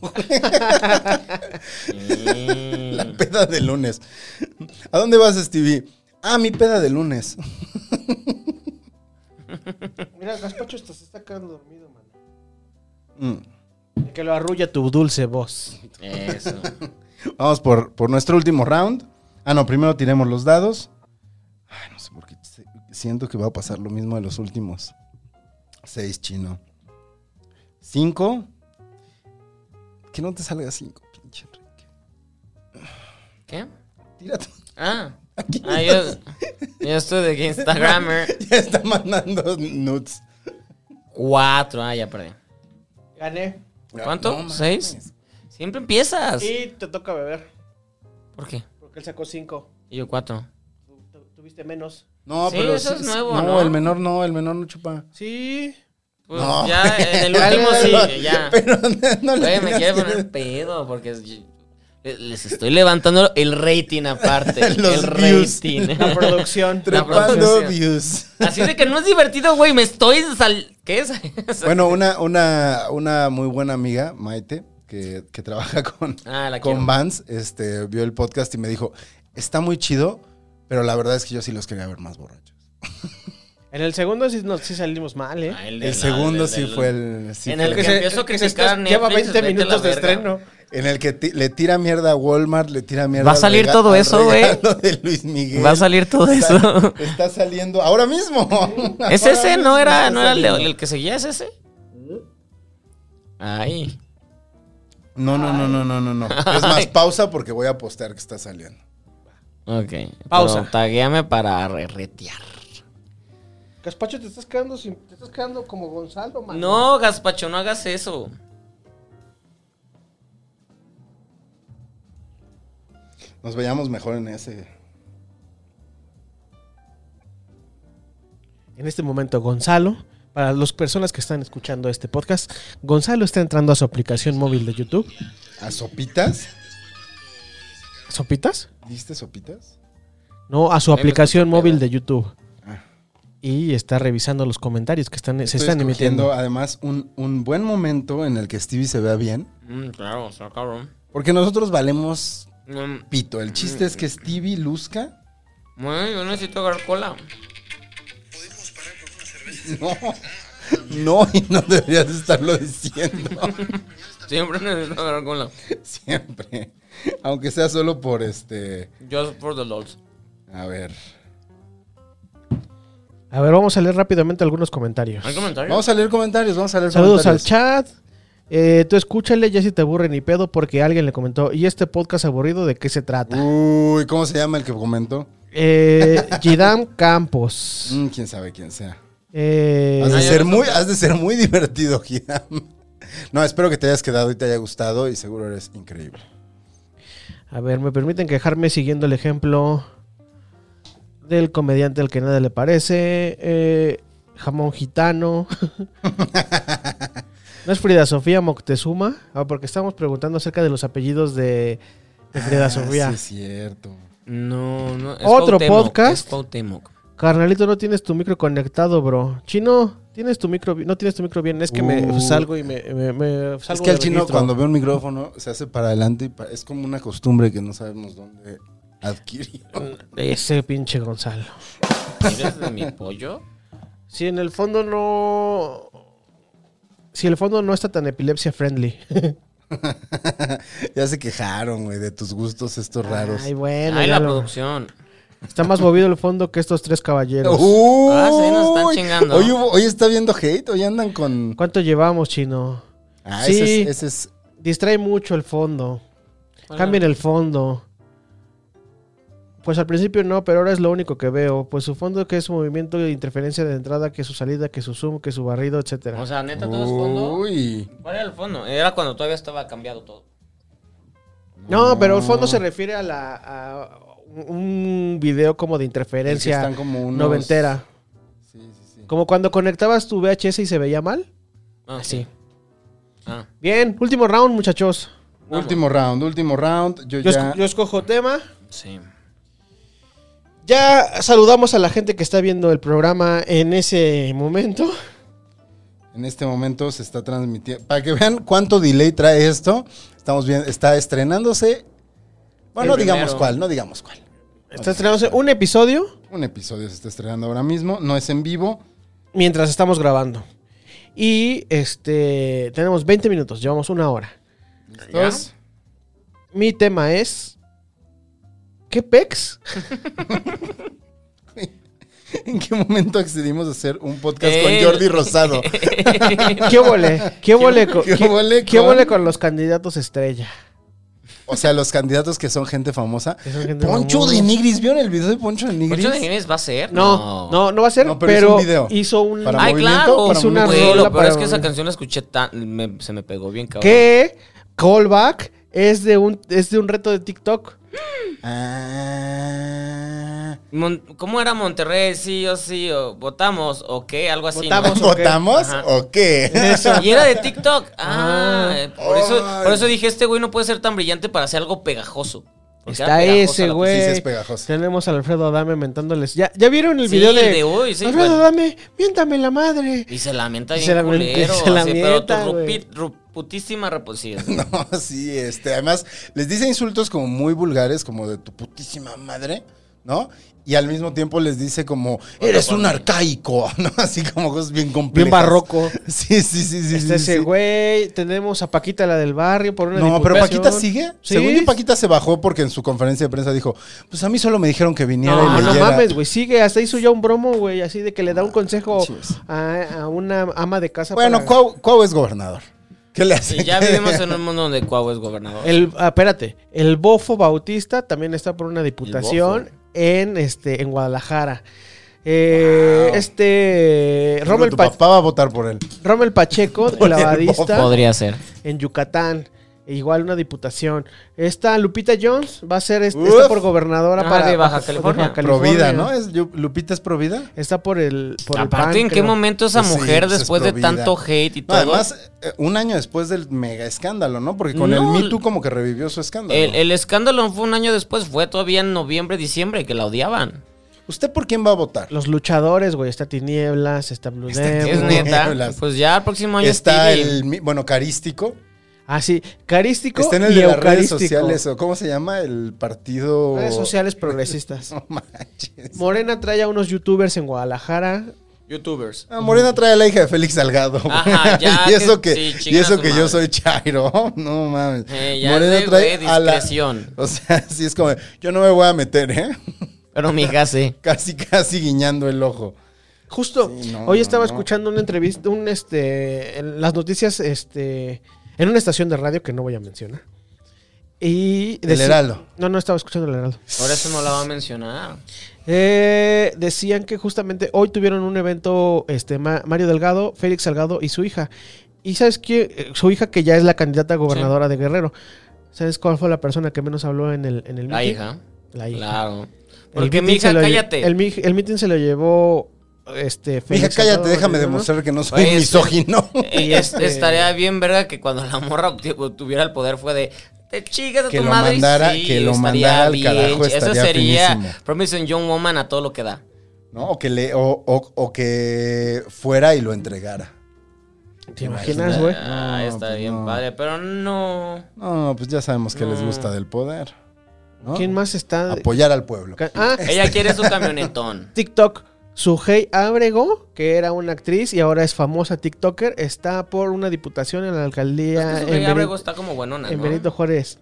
Mm. La peda de lunes. ¿A dónde vas, Stevie? Ah, mi peda de lunes. Mira, Gaspacho hasta se está quedando dormido, man. Mm. Que lo arrulla tu dulce voz. Eso. Vamos por, por nuestro último round. Ah, no, primero tiremos los dados. Ay, no sé por qué se- siento que va a pasar lo mismo de los últimos. Seis, chino. Cinco. Que no te salga cinco, pinche Enrique. ¿Qué? Tírate. Ah. Ah, yo, yo estoy de que Instagrammer. Ya está mandando nuts. Cuatro. Ah, ya perdí. Gané. ¿Cuánto? mames. ¿Seis? Siempre empiezas. Y te toca beber. ¿Por qué? Porque él sacó cinco. Y yo cuatro. Tú- tú- Tuviste menos. No, Sí, pero eso es nuevo, no, ¿no? el menor no, el menor no chupa. Sí. Pues No. ya en el último sí, ya. Pero no le Oye, me tengas quiere que- poner pedo porque es- les estoy levantando el rating aparte. Los el views. rating. La producción. Trepando producción. views. Así de que no es divertido, güey. Me estoy sal... ¿Qué es? Bueno, una, una, una muy buena amiga, Maite, que, que trabaja con, Ah, la quiero. con Vans, este, vio el podcast y me dijo, está muy chido, pero la verdad es que yo sí los quería ver más borrachos. En el segundo sí, no, sí salimos mal, ¿eh? Ah, El, de la- segundo del- sí del- fue el... sí en fue el que empiezo a que criticar está- Lleva 20 Netflix, vete a la minutos de verga. estreno. en el que ti- le tira mierda a Walmart, le tira mierda Va a al salir todo al eso, güey. regalo de Luis Miguel. Va a salir todo Está- eso. Está saliendo ahora mismo. ¿Es Ahora ese? mismo ¿No era, está no era el, de- saliendo. el que seguía? ¿Es ese? Ay. No, no, no, no, no, no, no. Es más, pausa porque voy a apostar que está saliendo. Ok. Pausa. Pero taguéame para retear. Caspacho, te estás quedando sin, te estás quedando como Gonzalo, man. No, Gaspacho, no hagas eso. Nos veíamos mejor en ese. En este momento, Gonzalo, para las personas que están escuchando este podcast, Gonzalo está entrando a su aplicación móvil de YouTube. ¿A sopitas? ¿Sopitas? ¿Diste sopitas? No, a su Ahí me aplicación escucho, móvil pedo. de YouTube. Ah. Y está revisando los comentarios que están, se Estoy están escogiendo, emitiendo. Además, un, un buen momento en el que Stevie se vea bien. Mm, claro, está cabrón. Porque nosotros valemos Mm, pito. El chiste es que Stevie luzca. bueno, yo necesito agarrar cola. No. No, y no deberías estarlo diciendo. Siempre necesito agarrar cola. Siempre. Aunque sea solo por este. Just for the lols. A ver. A ver, vamos a leer rápidamente algunos comentarios. ¿Hay comentarios? Vamos a leer comentarios. Vamos a leer Saludos al comentarios. chat. Eh, tú escúchale, ya si te aburre ni pedo, porque alguien le comentó. ¿Y este podcast aburrido de qué se Uh. trata? Uy, ¿cómo se llama el que comentó? Eh, Gidam Campos. Mm, quién sabe quién sea. Eh, Has de, Ah, ya ser no muy, sabía. has de ser muy divertido, Gidam. No, espero que te hayas quedado y te haya gustado y seguro eres increíble. a ver, me permiten quejarme siguiendo el ejemplo del comediante al que nada le parece. eh, jamón gitano. ¿No es Frida Sofía Moctezuma? Ah, porque estamos preguntando acerca de los apellidos de, de Frida Ah, Sofía. Sí, es cierto. No, no. es Otro Cuauhtémoc, podcast. es Cuauhtémoc. Carnalito, no tienes tu micro conectado, bro. Chino, tienes tu micro, bi- no tienes tu micro bien. Es que me Uh. salgo y me, me- me salgo es que el del chino registro. cuando ve un micrófono se hace para adelante y pa- es como una costumbre que no sabemos dónde adquirir. Ese pinche Gonzalo. ¿Eres de mi pollo? Si en el fondo no... Si el fondo no está tan epilepsia friendly. ya se quejaron, güey, de tus gustos estos raros. Ay, bueno. Ay, ya la lo- producción. Está más movido el fondo que estos tres caballeros. Uy, Ah, sí, nos están chingando. Hoy, hubo- hoy está viendo hate, hoy andan con... ¿Cuánto llevamos, chino? Ah, Sí. ese es... ese es- Distrae mucho el fondo. Cambien el fondo. Pues al principio no, pero ahora es lo único que veo. Pues su fondo que es su movimiento de interferencia de entrada, que su salida, que su zoom, que su barrido, etcétera. O sea, neta, todo es fondo. Uy. ¿Cuál era el fondo? Era cuando todavía estaba cambiado todo. no, pero el fondo se refiere a la a un video como de Es que interferencia están como unos... noventera. Sí, sí, sí. Como cuando conectabas tu VHS y se veía mal. Ah, Así. Ah. Bien, último round, muchachos. Vamos. Último round, último round. Yo, Yo, Pues ya... esco- yo escojo tema. Sí. Ya saludamos a la gente que está viendo el programa en ese momento. En este momento se está transmitiendo. Para que vean cuánto delay trae esto, estamos bien, está estrenándose. Bueno, no El digamos primero. cuál, no digamos cuál. Está estrenándose un episodio. Un episodio se está estrenando ahora mismo, no es en vivo. mientras estamos grabando. Y este tenemos 20 minutos, llevamos una hora. ¿Listos? Mi tema es ¿Qué pex? ¿En qué momento accedimos a hacer un podcast El- con Jordi Rosado? ¿Qué vole? ¿Qué vole con, qué qué- vole qué con- vole con los candidatos estrella? o sea, los candidatos que son gente famosa. Que son gente Poncho famosa. de Nigris, ¿vieron el video de Poncho de Nigris? ¿Mucho de Jiménez va a ser? No, no, no va a ser, No, pero pero, es un video. hizo un Para Ay, movimiento, claro. para Hizo una Güey, rola lo peor para es que esa movimiento. canción la escuché tan. me- se me pegó bien, cabrón. que callback es de un es de un reto de TikTok. Ah. Mon- ¿Cómo era Monterrey? Sí o sí, o votamos, o qué, algo así. ¿no? Votamos. ¿o qué? ¿Votamos Ajá. o qué? Y era de TikTok. Ah, Ah. eh, por, eso, Ay. por eso dije, este güey no puede ser tan brillante para hacer algo pegajoso. Porque era Está pegajosa ese la- güey. Sí, sí es pegajoso. Tenemos a Alfredo Adame mentándoles. Ya ya vieron el Sí, video de, el de hoy, sí, Alfredo bueno. Adame, miéntame la madre. Y se lamenta Y bien se lamenta- culero. se así, pero tu lamenta, güey. rupi- ru- putísima reposición. No, sí, este, además les dice insultos como muy vulgares, como de tu putísima madre, ¿no? Y al mismo tiempo les dice como, eres un arcaico, ¿no? Así como cosas bien complejas. Bien barroco. Sí, sí, sí, sí. Está sí, ese sí. güey, tenemos a Paquita la del barrio por una No, pero diputación. Paquita sigue. Sí. Según yo, Paquita se bajó porque en su conferencia de prensa dijo, pues a mí solo me dijeron que viniera No, y no leyera. mames, güey, sigue, hasta hizo ya un bromo, güey, así de que le da un consejo Chis. a, a una ama de casa. Bueno, para- Cuau, Cuau es gobernador. ¿Qué le hace? Y ya vivimos en un mundo donde Cuau es gobernador. el, ah, espérate, el Bofo Bautista también está por una diputación en este en Guadalajara. Eh, Este. Rommel, tu Pa- papá va a votar por él. Rommel Pacheco, clavadista, Podría ser. en Yucatán. e Igual una diputación. Esta Lupita Jones va a ser est- Uf. está por gobernadora Ajá, para de Baja California. California. Provida, ¿no? ¿Es, Yu- ¿Lupita es Provida? Está por el. Por el Aparte, PAN, ¿en qué creo. momento esa Pues sí, mujer, pues es después de provida. tanto hate y No, todo, además, eh, un año después del mega escándalo, ¿no? Porque con No, el Me Too como que revivió su escándalo. el, el escándalo fue un año después, fue todavía en noviembre, diciembre, que la odiaban. ¿Usted por quién va a votar? Los luchadores, güey. Está Tinieblas, está Blue Está Demon. Es neta. Nieblas. Pues ya el próximo año es Está Stevie. el, mi- bueno, carístico. Ah, sí. Carístico Está en el y de las redes eucarístico. sociales, o ¿cómo se llama? El partido... Redes sociales progresistas. No manches. Morena trae a unos youtubers en Guadalajara. Youtubers. Ah, Morena trae a la hija de Félix Salgado. güey. Ajá, ya, y eso que- que, y sí, chingan a eso su que madre. yo soy Chairo. No mames. Eh, ya sé, güey, discreción. O sea, sí es como, yo no me voy a meter, ¿eh? Pero mi hija sí. Casi, casi guiñando el ojo. Justo. Sí, no, hoy no, estaba no. escuchando una entrevista, un este, en las noticias, este, en una estación de radio que no voy a mencionar. Y El Heraldo. No, no estaba escuchando el Heraldo. Por eso no la va a mencionar. Eh, decían que justamente hoy tuvieron un evento, este, Ma- Mario Delgado, Félix Salgado y su hija. Y sabes que su hija que ya es la candidata a gobernadora de Guerrero. ¿Sabes cuál fue la persona que menos habló en el, en el La meeting? hija. La hija. Claro. El Porque mi meeting hija, se lo lle- cállate. El, mi- el meeting se lo llevó este Mija, Félix cállate, Salgado, déjame ¿no? demostrar que no soy Oye, este- misógino. Eh, Y es- este- Estaría bien verga que cuando la morra obtu- tuviera el poder fue de te chingas a Que tu lo madre y mandara- sí, que lo estaría mandara al carajo, Eso estaría sería finísimo. Promising Young Woman a todo lo que da. ¿No? O que le, o, o- o que fuera y lo entregara. ¿Te imaginas, güey? Ah, No, está pues bien no. padre, pero no. No, pues ya sabemos que les No. gusta del poder. ¿no? ¿Quién más está? Apoyar al pueblo. Ca- Ah, Ella quiere su camionetón. TikTok. Sujei Ábrego, que era una actriz y ahora es famosa TikToker, está por una diputación en la alcaldía Es que su en, Rey Abrego Beni- está como buenona, en ¿no? Benito Juárez.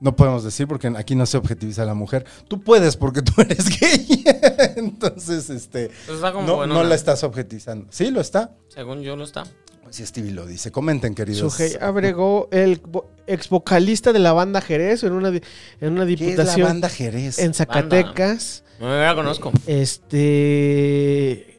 No podemos decir porque aquí no se objetiviza a la mujer. Tú puedes porque tú eres gay. Entonces, este. Pues está como No, buenona. no la estás objetivizando. Sí, lo está. Según yo lo está. Si Stevie lo dice. Comenten, queridos. Sujei Ábrego, el vo- ex vocalista de la banda Jerez, en una, di- en una ¿Qué es la diputación banda Jerez? en Zacatecas. No me la conozco. Este.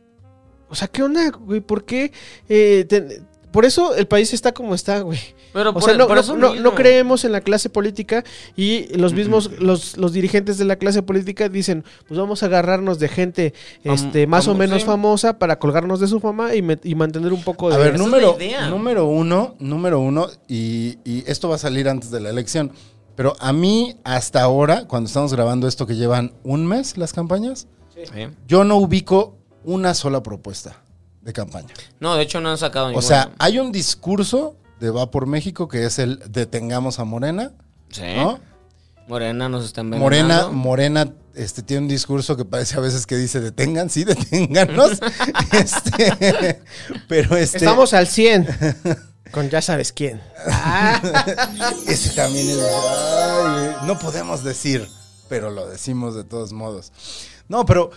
O sea, ¿qué onda, güey? ¿Por qué? eh, ten- Por eso el país está como está, güey. Pero O por, sea, no, por no- eso no- mismo. no creemos en la clase política y los mismos, los, los dirigentes de la clase política dicen, pues vamos a agarrarnos de gente Vam- este, más o vamos, menos sí. famosa para colgarnos de su fama y, me- y mantener un poco de... A ver, este Esa es número, la idea. número uno, número uno, y, y esto va a salir antes de la elección. Pero a mí, hasta ahora, cuando estamos grabando esto que llevan un mes las campañas, Sí. yo no ubico una sola propuesta de campaña. No, de hecho no han sacado O ninguna. sea, ah, hay un discurso de Va por México que es el detengamos a Morena, Sí. ¿no? Morena nos está ¿Eh? envenenando. Morena, Morena este, tiene un discurso que parece a veces que dice detengan, sí, deténganos. Este, pero este, Estamos al 100. Con ya sabes quién. Ese también es. ay, no podemos decir, pero lo decimos de todos modos. No, pero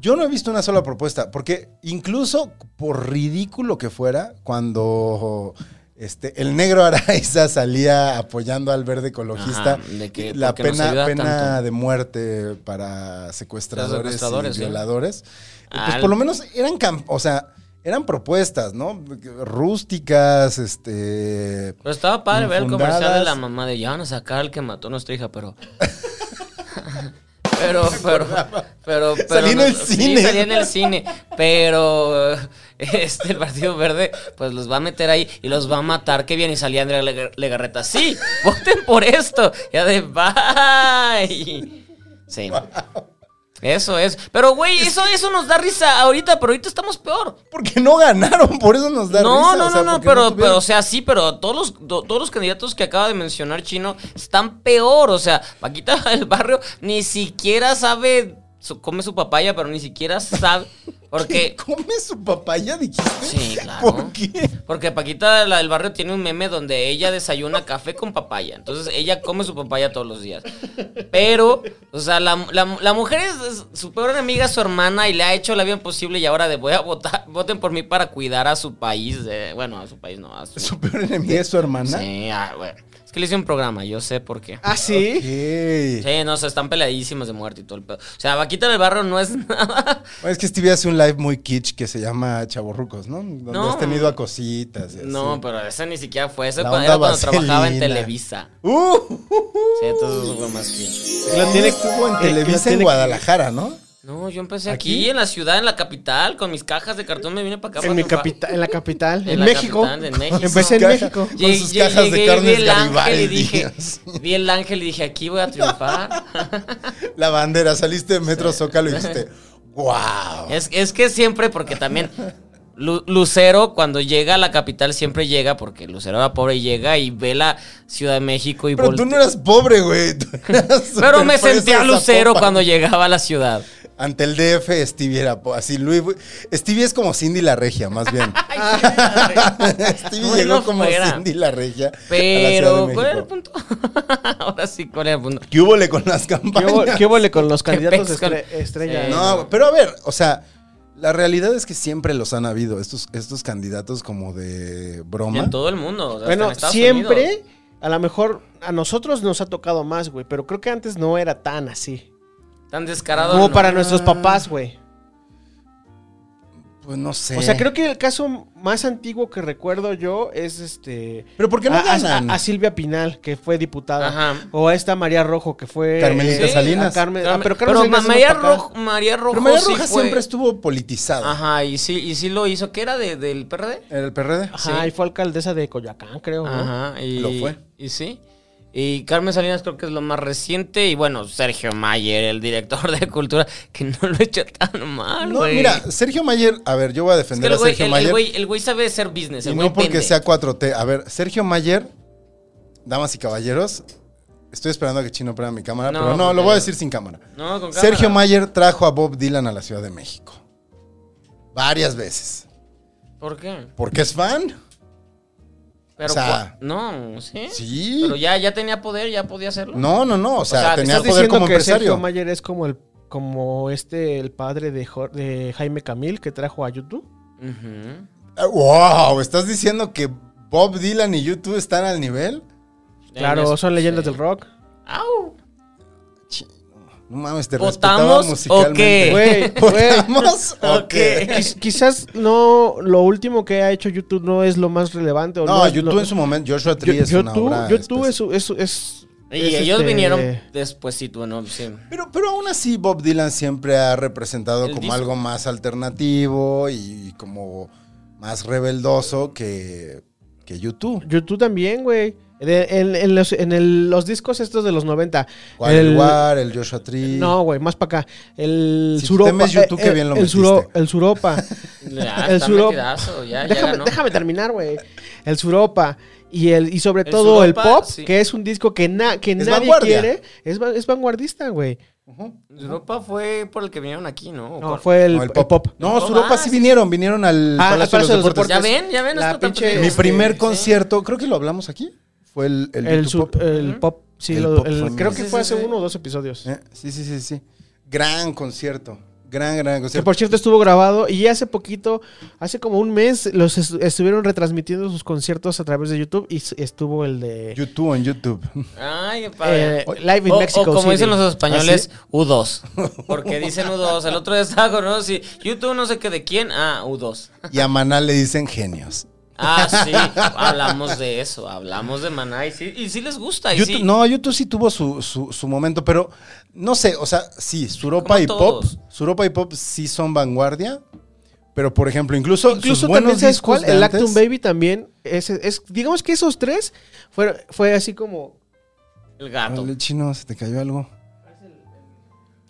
yo no he visto una sola propuesta, porque incluso por ridículo que fuera, cuando este, el negro Araiza salía apoyando al verde ecologista, Ajá, de que- la porque nos pena, ayuda pena tanto. de muerte para secuestradores, secuestradores, y sí. violadores, pues Al- por lo menos eran, cam- o sea, eran propuestas, ¿no? Rústicas, este... Pero Pues estaba padre ver el comercial de Infundadas. la mamá de ya van a sacar al que mató a nuestra hija, pero. pero, pero, pero, pero. Salí en no- el sí, cine. salí en el cine. Pero. eh, Este, el Partido Verde, pues los va a meter ahí y los va a matar. Qué bien. Y salía Andrea Lega- Legarreta. Sí, voten por esto. Ya de bye. Sí. Eso es. Pero, güey, eso, eso nos da risa ahorita, pero ahorita estamos peor. Porque no ganaron, por eso nos da no, risa. No, o sea, no, no, porque pero, tuvieron- pero, o sea, sí, pero todos los, to- todos los candidatos que acaba de mencionar Chino están peor. O sea, Paquita del Barrio ni siquiera sabe, su- come su papaya, pero ni siquiera sabe. Porque, ¿Come su papaya, dijiste? Sí, claro. ¿Por qué? porque Paquita, la del barrio, tiene un meme donde ella desayuna café con papaya. Entonces ella come su papaya todos los días. Pero, o sea, la, la- la mujer es, es- su peor enemiga, es su hermana, y le ha hecho la vida imposible. Y ahora de voy a votar, voten por mí para cuidar a su país. eh, bueno, a su país no, a su. ¿Su peor enemiga es su hermana? Sí, ah, bueno. Es que le hice un programa, yo sé por qué. Ah, sí. Ok. Sí, no, se están peleadísimas de muerte y todo el pedo. O sea, Vaquita del Barrio no es nada. Bueno, es que Stevie hace un live muy kitsch que se llama Chavorrucos, ¿no? Donde No. has tenido a cositas. y así. No, pero esa ni siquiera fue. Eso La cuando, onda era cuando vaselina. trabajaba en Televisa. ¡Uh! Sí, entonces eso fue más que. La tiene estuvo en que- que la Televisa en tiene- Guadalajara, ¿no? No, yo empecé aquí, en la ciudad, en la capital, con mis cajas de cartón. Me vine para acá. para En, mi triunfar. capital, en la capital, en, la México. capital, en México. Empecé en Caja- México. con Llegué- sus cajas llegué, de vi carnes el ángel Garibaldi. y dije, vi el ángel y dije, aquí voy a triunfar. La bandera, saliste de Metro Zócalo y dijiste, ¡guau! Es, es que siempre, porque también Lu- Lucero cuando llega a la capital siempre llega, porque Lucero era pobre y llega y ve la Ciudad de México y Pero tú voltea. no eras pobre, güey. tú eras Pero me superpreso de sentía Lucero Zapopan. cuando llegaba a la ciudad. Ante el DF, Stevie era po- así. Luis, Stevie es como Cindy la Regia, más bien. Stevie Bueno, llegó como fuera. Cindy la Regia. Pero, ¿cuál bueno, era el punto? Ahora sí, ¿cuál era el punto? ¿Qué húbole con las ¿Qué hubo- campañas? ¿Qué huele con los candidatos pez con- estre- estrella? Sí. No, güey, pero a ver, o sea, la realidad es que siempre los han habido, estos, estos candidatos como de broma. En todo el mundo. o sea, hasta en Bueno, Estados siempre, Unidos. a lo mejor a nosotros nos ha tocado más, güey, pero creo que antes no era tan así. Tan descarado. Como Ah, no. para nuestros papás, güey. Pues no sé. O sea, creo que el caso más antiguo que recuerdo yo es este. Pero ¿por qué no a, a- ganan? a Silvia Pinal, que fue diputada. Ajá. O a esta María Rojo, que fue. Carmelita eh, Salinas. a Carmen- ah, pero pero Carmen Salinas Ma- es más María, pa' acá. Rojo, María Rojo. Pero María sí Roja fue- siempre estuvo politizada. Ajá, y sí, y sí lo hizo. ¿Qué era de- del PRD? ¿El PRD? Ajá, y fue alcaldesa de Coyoacán, creo. ¿no? Ajá, y. Lo fue. Y sí. Y Carmen Salinas creo que es lo más reciente. Y bueno, Sergio Mayer, el director de cultura, que no lo he hecho tan mal, No, Ah, güey. mira, Sergio Mayer, a ver, yo voy a Es que defender el güey, a Sergio el- el Mayer. güey- el güey sabe hacer business. y El no güey porque vende. sea 4T. A ver, Sergio Mayer, damas y caballeros, estoy esperando a que Chino prenda mi cámara, No, pero no, lo porque- voy a decir sin cámara. No, con Sergio cámara. Mayer trajo a Bob Dylan a la Ciudad de México. Varias veces. ¿Por qué? Porque es fan. Pero O sea, cua- no, sí. Sí. ¿Eh? Pero ya, ya tenía poder, ya podía hacerlo. No, no, no. O sea, sea, tenía ¿Estás poder diciendo como que Sergio empresario. Mayer es como el como este el padre de, Jor- de Jaime Camil que trajo a YouTube? Ujú. Ah, Wow, ¿estás diciendo que Bob Dylan y YouTube están al nivel? Claro, En son eso, leyendas Eh, sí. del rock. Au. No mames, te respetaba ¿Votamos musicalmente. o qué? Güey, güey. ¿Votamos o Ok. qué? Quiz- Quizás no lo último que ha hecho YouTube no es lo más relevante. O No, es YouTube lo- en su momento, Joshua Yo- Tree es una YouTube- obra este, YouTube especial. es, es, es- Y es, ellos este, vinieron despuésito, ¿no? Sí. Pero, pero aún así Bob Dylan siempre ha representado El como disco. algo más alternativo y como más rebeldoso que, que YouTube. YouTube también, güey. De- En, en los, en el- los discos estos de los 90. ¿Cuál el War, el Joshua Tree? No, güey, más para acá. El Si tú Suropa. temes YouTube, eh, qué eh, bien lo el, Suro- metiste. el Suropa. Ya, El está Suro- metidazo, ya, ya déjame, ganó. déjame terminar, güey. El Suropa y el y sobre El todo el Suropa, pop, sí. que es un disco que, na- que Es nadie vanguardia. quiere, es, va- es vanguardista, güey. Europa fue por el que vinieron aquí, ¿no? No, Por- fue el, No, el pop. No, El pop, Suropa ah, sí sí. vinieron, vinieron al Ah, Palacio de los Deportes. Pues Ya ven, ya ven, La esto tan pinche- pequeño. Mi Este, primer sí. concierto, creo que lo hablamos aquí, fue el, el, El, el, YouTube su- eh. Pop. el pop. Sí, El lo- pop el- fue creo muy- que Sí, fue sí, hace sí. uno o dos episodios. Eh, Sí, sí, sí, sí. Gran concierto. Gran, gran Que concierto. por cierto estuvo grabado y hace poquito, hace como un mes, los es- estuvieron retransmitiendo sus conciertos a través de YouTube y s- estuvo el de YouTube en YouTube. Ay, qué padre. eh, Live in o, Mexico o como City. dicen los españoles, ¿Ah, U2. Porque dicen U2. El otro día estaba con uno, sí. YouTube no sé qué de quién. Ah, U2. Y a Maná le dicen genios. Ah, sí. hablamos de eso. Hablamos de Maná. Y sí, y sí les gusta. Y YouTube- sí. No, YouTube sí tuvo su, su- su momento, pero no sé, o sea, sí, Suropa Como y Pop, todos. Suropa y Pop sí son vanguardia, pero por ejemplo, incluso, Incluso sus buenos también, ¿sabes discos cuál? de El antes- Actum Baby también. ese- es, digamos que esos tres fueron- fue así como El gato. Órale, chino, se te cayó algo.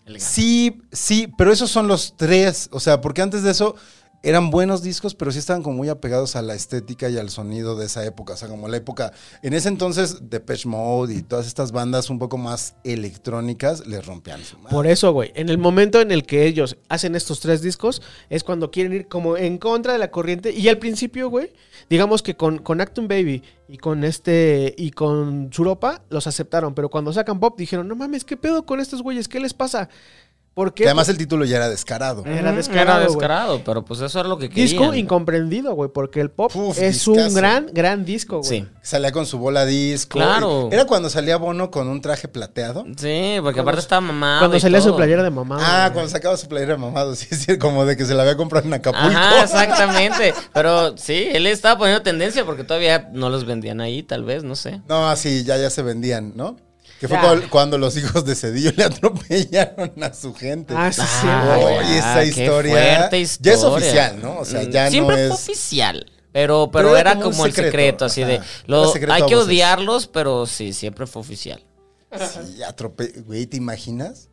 El gato. Sí, sí, pero esos son los tres, o sea, porque antes de eso eran buenos discos, pero sí estaban como muy apegados a la estética y al sonido de esa época. O sea, como la época. En ese entonces, Depeche Mode y todas estas bandas un poco más electrónicas les rompían su madre. Por eso, güey, en el momento en el que ellos hacen estos tres discos, es cuando quieren ir como en contra de la corriente. Y al principio, güey, digamos que con, con Actum Baby y con este y con Suropa los aceptaron, pero cuando sacan Pop dijeron, no mames, ¿qué pedo con estos güeyes? ¿Qué les pasa? ¿Por qué? Que además el título ya era descarado. Era Ujú, descarado, güey. Era descarado, pero pues eso era lo que disco querían. incomprendido, güey, porque el Pop Uf, es un discazo. gran, gran disco, güey. Sí. Salía con su bola disco. Claro. Era cuando salía Bono con un traje plateado. Sí, porque aparte estaba mamado. Cuando Ah, y salía su todo. playera de mamá. Ah, güey. cuando sacaba su playera mamado, sí, sí, como de que se la había comprado en Acapulco. Ajá, exactamente. Pero sí, él estaba poniendo tendencia porque todavía no los vendían ahí, tal vez, no sé. No, así ya, ya se vendían, ¿no? Que fue Ya. cuando, cuando los hijos de Cedillo le atropellaron a su gente. Ah, sí, sí, Ah, güey. Oye, esa qué historia fuerte ya es historia. Mm, oficial, ¿no? O sea, ya no Siempre es- fue oficial. Pero, pero, era como, un el secreto, secreto, así ajá. de. Era Lo, secreto hay a que voces. odiarlos, pero sí, siempre fue oficial. Sí, atrope- Güey, ¿te imaginas?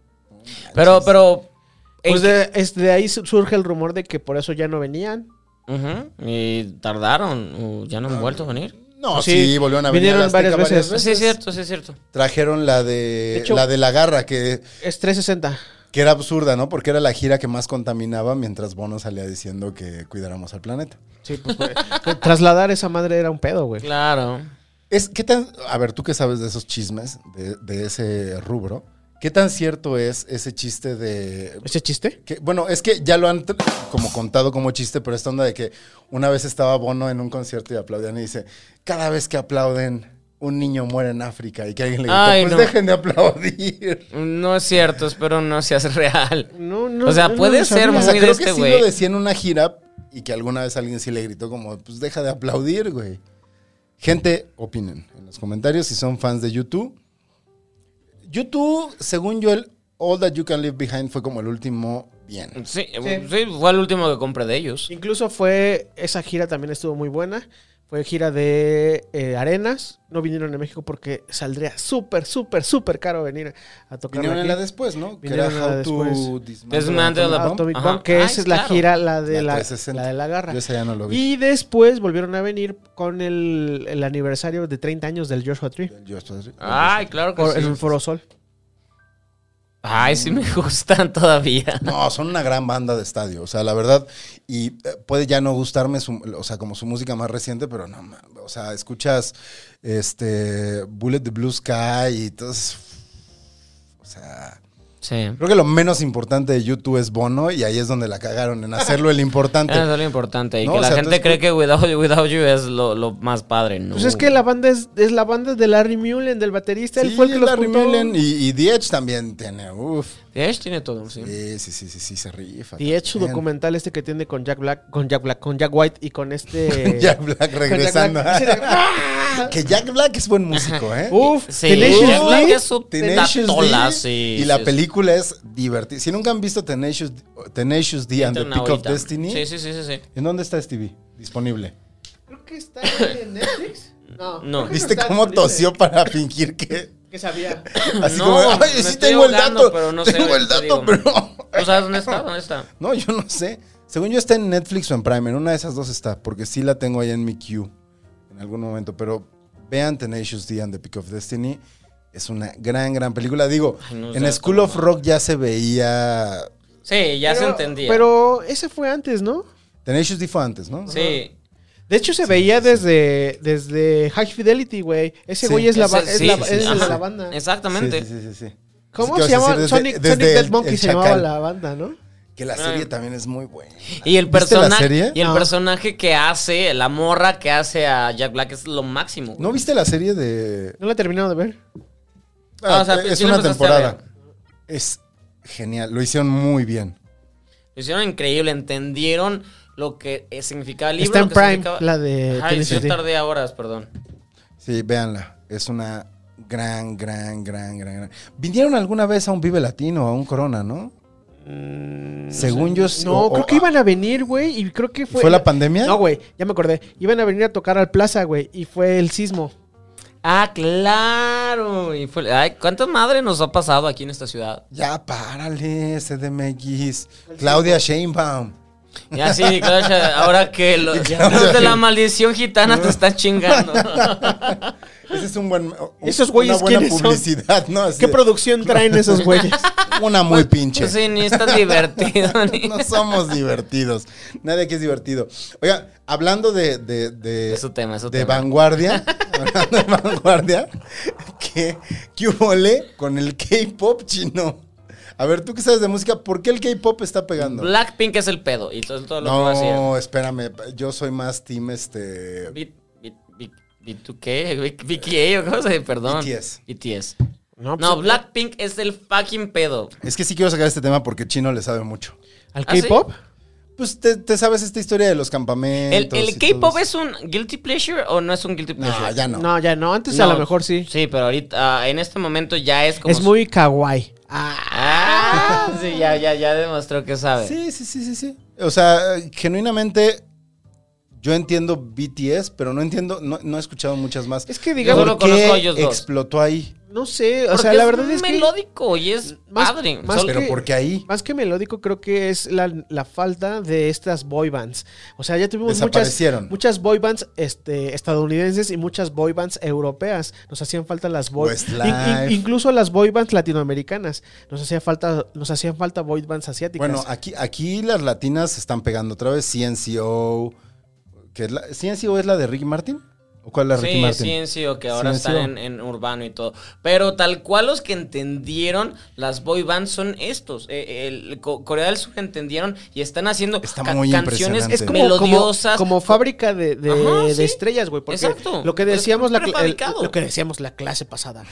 Pero, pero. en Pues de, es- de ahí su- surge el rumor de que por eso ya no venían. Ujú, Y tardaron, o ya Ah, no han vuelto a venir. No, Sí, sí, volvieron a venir. vinieron a la Azteca varias veces. Sí, es cierto, sí, es cierto. Trajeron la de, hecho- la de la garra, que, Es 360. que era absurda, ¿no? Porque era la gira que más contaminaba mientras Bono salía diciendo que cuidáramos al planeta. Sí, pues, güey. Que Trasladar esa madre era un pedo, güey. Claro. Es, ¿qué tan, a ver, tú que sabes de esos chismes, de, de ese rubro, ¿qué tan cierto es ese chiste de... ¿Ese chiste? que- bueno, es que ya lo han tr- como contado como chiste, pero esta onda de que una vez estaba Bono en un concierto y aplaudían y dice, cada vez que aplauden, un niño muere en África y que alguien le diga, Ay, pues no. dejen de aplaudir. No es cierto, espero no seas real. No, no, O sea, no, no puede lo ser sabía. O sea, Muy de creo este que sí güey. lo decía en una gira y que alguna vez alguien sí le gritó como, pues deja de aplaudir, güey. Gente, opinen en los comentarios si son fans de YouTube. YouTube, según yo, el All That You Can Leave Behind fue como el último bien. Sí, eh, sí, fue el último que compré de ellos. Incluso fue, esa gira también estuvo muy buena. Fue gira de eh, Arenas. No vinieron a México porque saldría súper, súper, súper caro venir a tocar. Vinieron en la después, ¿no? Que era Vinieron en la How to después. Dismantle Dismantle Atomic the Bomb. Atomic Ajá. Bomb, que Ah, esa es claro. la gira, la de la, 360. la de la garra. Yo esa ya no lo vi. Y después volvieron a venir con el, el aniversario de 30 años del Joshua Tree. Yo estoy- Ay, claro que Por- Ah, sí. en el Foro Sol. Ay, sí me gustan todavía. No, son una gran banda de estadio, o sea, la verdad, y eh, puede ya no gustarme, su- o sea, como su música más reciente, pero no, ma- o sea, escuchas este Bullet the Blue Sky y todos, o sea, Sí. creo que lo menos importante de YouTube es Bono y ahí es donde la cagaron en hacerlo el importante. Eso Ah, es lo importante. Y No, que o la sea, gente entonces- cree que Without You, Without You es lo, lo más padre, ¿no? Pues es que la banda es, es la banda de Larry Mullen, del baterista. él Sí, fue el que los Larry juntó. Mullen y, y The Edge también tiene, uff. The Edge tiene todo, sí. Eh, Sí, sí, sí, sí, sí, se rifa. Y es su también. documental este que tiene con Jack Black, con Jack Black, con Jack White y con este... Jack Black con Jack regresando. Black. Ese de- ¡Ah! que Jack Black es buen músico, ¿eh? Uf, Sí, Tenacious Jack Black D. es su Tenacious tatola, D, sí, y la sí, sí. película es divertida. Si nunca han visto Tenacious, Tenacious D and the Entran Peak of ahorita. Destiny, Sí, sí, sí, sí, sí. ¿en dónde está Stevie? Disponible. Creo que está en Netflix. No. No. creo que ¿Viste está cómo disponible. tosió para fingir que... Que sabía. Así No, como, me ay, sí estoy tengo el ahogando, dato, pero no sé, tengo el te dato, digo. pero... ¿Tú sabes dónde está? ¿Dónde está? No, yo no sé. Según yo está en Netflix o en Prime, en una de esas dos está, porque sí la tengo ahí en mi queue en algún momento, pero vean Tenacious D and the Peak of Destiny. Es una gran, gran película. Digo, Ay, no, en ya School está of Rock ya se veía... Sí, ya se Pero- entendía. Pero ese fue antes, ¿no? Tenacious D fue antes, ¿no? sí. De hecho, se veía desde, desde High Fidelity, güey. Ese Sí. güey es, la, ba- Ese- es sí, la- sí, es sí, el de ajá. la banda. Exactamente. Sí, sí, sí, sí, sí. ¿Cómo Así se que vas a llama? decir desde- Sonic, desde Sonic Dead el- Monkey el se Chacal, llamaba la banda, ¿no? Que la serie también es muy buena. Y ¿Viste el, la persona- serie? y el No. personaje que hace, la morra que hace a Jack Black es lo máximo. güey. ¿No viste la serie de...? No la he terminado de ver. Ah, o sea, es sí la una empezaste a temporada. ver. Es genial. Lo hicieron muy bien. Lo hicieron increíble, entendieron lo que eh, significaba el libro. Está lo en que Prime, significaba- la de Ay, Tennessee yo Steel. tardé a horas, perdón. Sí, véanla. Es una gran, gran, gran, gran, gran. Vinieron alguna vez a un Vive Latino, a un Corona, ¿no? Según yo... sí, Mm, No, o- creo o- ah, que iban a venir, güey, y creo que fue... ¿Fue la pandemia? No, güey, ya me acordé. Iban a venir a tocar al Plaza, güey, y fue el sismo. Ah, claro. Y fue, ay, ¿cuánta madre nos ha pasado aquí en esta ciudad? Ya, párale, CDMX. Claudia Sheinbaum. Ya sí, claro, ya, ahora que los, los de la maldición gitana te están chingando. Ese es un buen. un- Esos güeyes, Una buena ¿quiénes son? publicidad, ¿no? Así ¿Qué de- producción traen esos güeyes? Una muy pues pinche. Sí, ni está divertido. Ni... No somos divertidos. Nadie aquí es divertido. Oiga, hablando de. De, de, Es su tema, es su de tema. vanguardia. hablando de vanguardia. ¿Qué, qué volé con el K-pop chino? A ver, tú que sabes de música, ¿por qué el K-pop está pegando? Blackpink es el pedo. Y todo, todo lo que va a hacer. no, espérame. Yo soy más team este. B- B- B- B2K, B- BKA o cómo se dice, perdón. BTS. BTS. No, No, pues, Blackpink es el fucking pedo. Es que sí quiero sacar este tema porque chino le sabe mucho. ¿Al ¿Ah, sí? K-pop? Pues te, te sabes esta historia de los campamentos. ¿El, el y todo K-pop eso. es un guilty pleasure o no es un guilty pleasure? No, ya No. no. ya no. Antes a No, lo mejor sí. Sí, pero ahorita, ah, en este momento ya es como. Es muy kawaii. Ah, sí, ya, ya, ya demostró que sabe. Sí, sí, sí, sí, sí. O sea, genuinamente yo entiendo BTS, pero no entiendo, no, no he escuchado muchas más. Es que ¿Por digamos, Yo solo conozco a ellos dos. explotó ahí? no sé, o Porque sea, la verdad es es que melódico y es Más- padre. más Solo- Pero que- porque ahí más que melódico creo que es la, la falta de estas boy bands. O sea, ya tuvimos muchas desaparecieron. muchas boy bands este, estadounidenses y muchas boy bands europeas. Nos hacían falta las boy Westlife. in- in- incluso las boy bands latinoamericanas. Nos hacía falta nos hacían falta boy bands asiáticas. Bueno, aquí, aquí las latinas se están pegando otra vez. CNCO. Que es la, ¿CNCO es la de Ricky Martin? ¿O cuál es la de Ricky Sí, Martin? ciencio, que ahora Ciencio. están en, en urbano y todo. Pero tal cual los que entendieron las boy bands son estos. Eh, el, Co- Corea del Sur entendieron y están haciendo Está ca- muy canciones impresionante. es como, melodiosas. como, como fábrica de, de- Ajá, de sí. estrellas, güey. Porque Exacto. Lo que decíamos la, Es cla- el- prefabricado. lo que decíamos la clase pasada.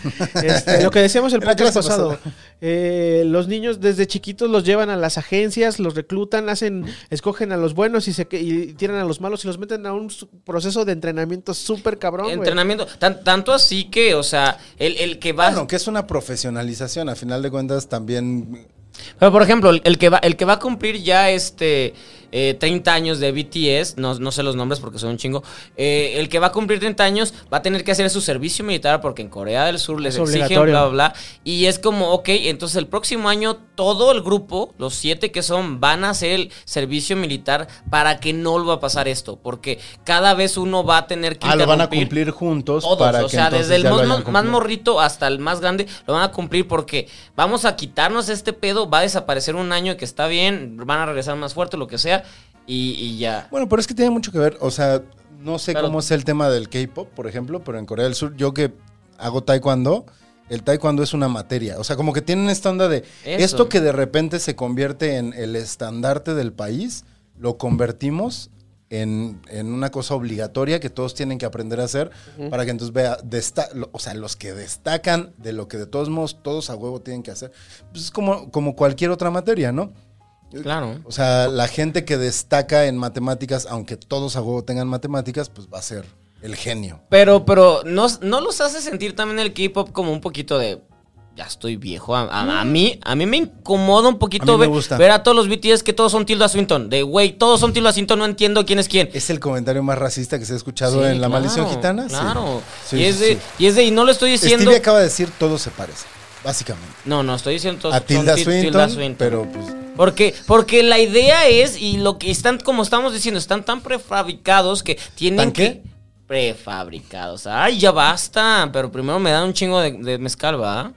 Este, lo que decíamos el La podcast clase pasado. pasada. Eh, los niños desde chiquitos los llevan a las agencias, los reclutan, hacen, escogen a los buenos y se que- y tiran a los malos y los meten a un su- proceso de entrenamiento súper cabrón. güey. entrenamiento. Tan- tanto así que, o sea, el, el que va. Bueno, que es una profesionalización. A final de cuentas, también. Pero por ejemplo, el, el que va, el que va a cumplir ya este eh, 30 años de BTS, no, no sé los nombres porque son un chingo, eh, el que va a cumplir 30 años va a tener que hacer su servicio militar porque en Corea del Sur les Es exigen, obligatorio. bla, bla, bla. Y es como, ok, entonces el próximo año todo el grupo, los siete que son, van a hacer el servicio militar para que no lo va a pasar esto, porque cada vez uno va a tener que... Ah, lo van a interrumpir cumplir juntos. todos, para o que sea, entonces desde el ya lo más, hayan más cumplido. morrito hasta el más grande lo van a cumplir porque vamos a quitarnos este pedo, va a desaparecer un año que está bien, van a regresar más fuerte, lo que sea, y, y ya. Bueno, pero es que tiene mucho que ver. O sea, no sé Claro. cómo es el tema del K-pop, por ejemplo, pero en Corea del Sur, yo que hago taekwondo, el taekwondo es una materia. O sea, como que tienen esta onda de Eso. esto que de repente se convierte en el estandarte del país, lo convertimos. En, en una cosa obligatoria que todos tienen que aprender a hacer para que entonces vea, desta- lo- o sea, los que destacan de lo que de todos modos todos a huevo tienen que hacer. Pues es como, como cualquier otra materia, ¿no? Claro. O sea, la gente que destaca en matemáticas, aunque todos a huevo tengan matemáticas, pues va a ser el genio. Pero, pero, ¿no, no los hace sentir también el K-pop como un poquito de... Ya estoy viejo. A, a- a mí, a mí me incomoda un poquito Mm. A mí me ver, gusta. Mm. ver a todos los BTS que todos son Tilda Swinton. De, güey, todos son Tilda Swinton, no entiendo quién es quién. Es el comentario más racista que se ha escuchado Sí, en La claro, Maldición Gitana. Sí. Claro. Sí, y, sí, es de, sí. y es de, y no lo estoy diciendo... Stevie acaba de decir, todos se parecen, básicamente. No, no, estoy diciendo todos a son Tilda Til- Swinton, Tilda Swinton. pero pues... Porque, porque la idea es, y lo que están, como estamos diciendo, están tan prefabricados que tienen ¿Tan qué? que. Prefabricados. Ay, ya basta. Pero primero me dan un chingo de, de mezcal, ¿va?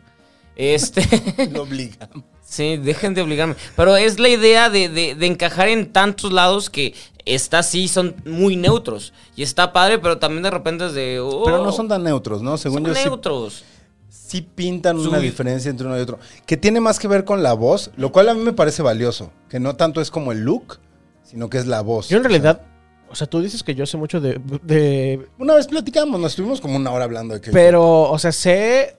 Este. Lo obligan. sí, dejen de obligarme. Pero es la idea de, de- de encajar en tantos lados que está sí, son muy neutros. Y está padre, pero también de repente es de. oh, Pero no son tan neutros, ¿no? Según son yo, sí neutros. sí pintan una Sube. diferencia entre uno y otro. Que tiene más que ver con la voz, lo cual a mí me parece valioso. Que no tanto es como el look, sino que es la voz. Yo en realidad, o sea, tú dices que yo sé mucho de, de- Una vez platicamos, nos estuvimos como una hora hablando de que... pero, o sea, sé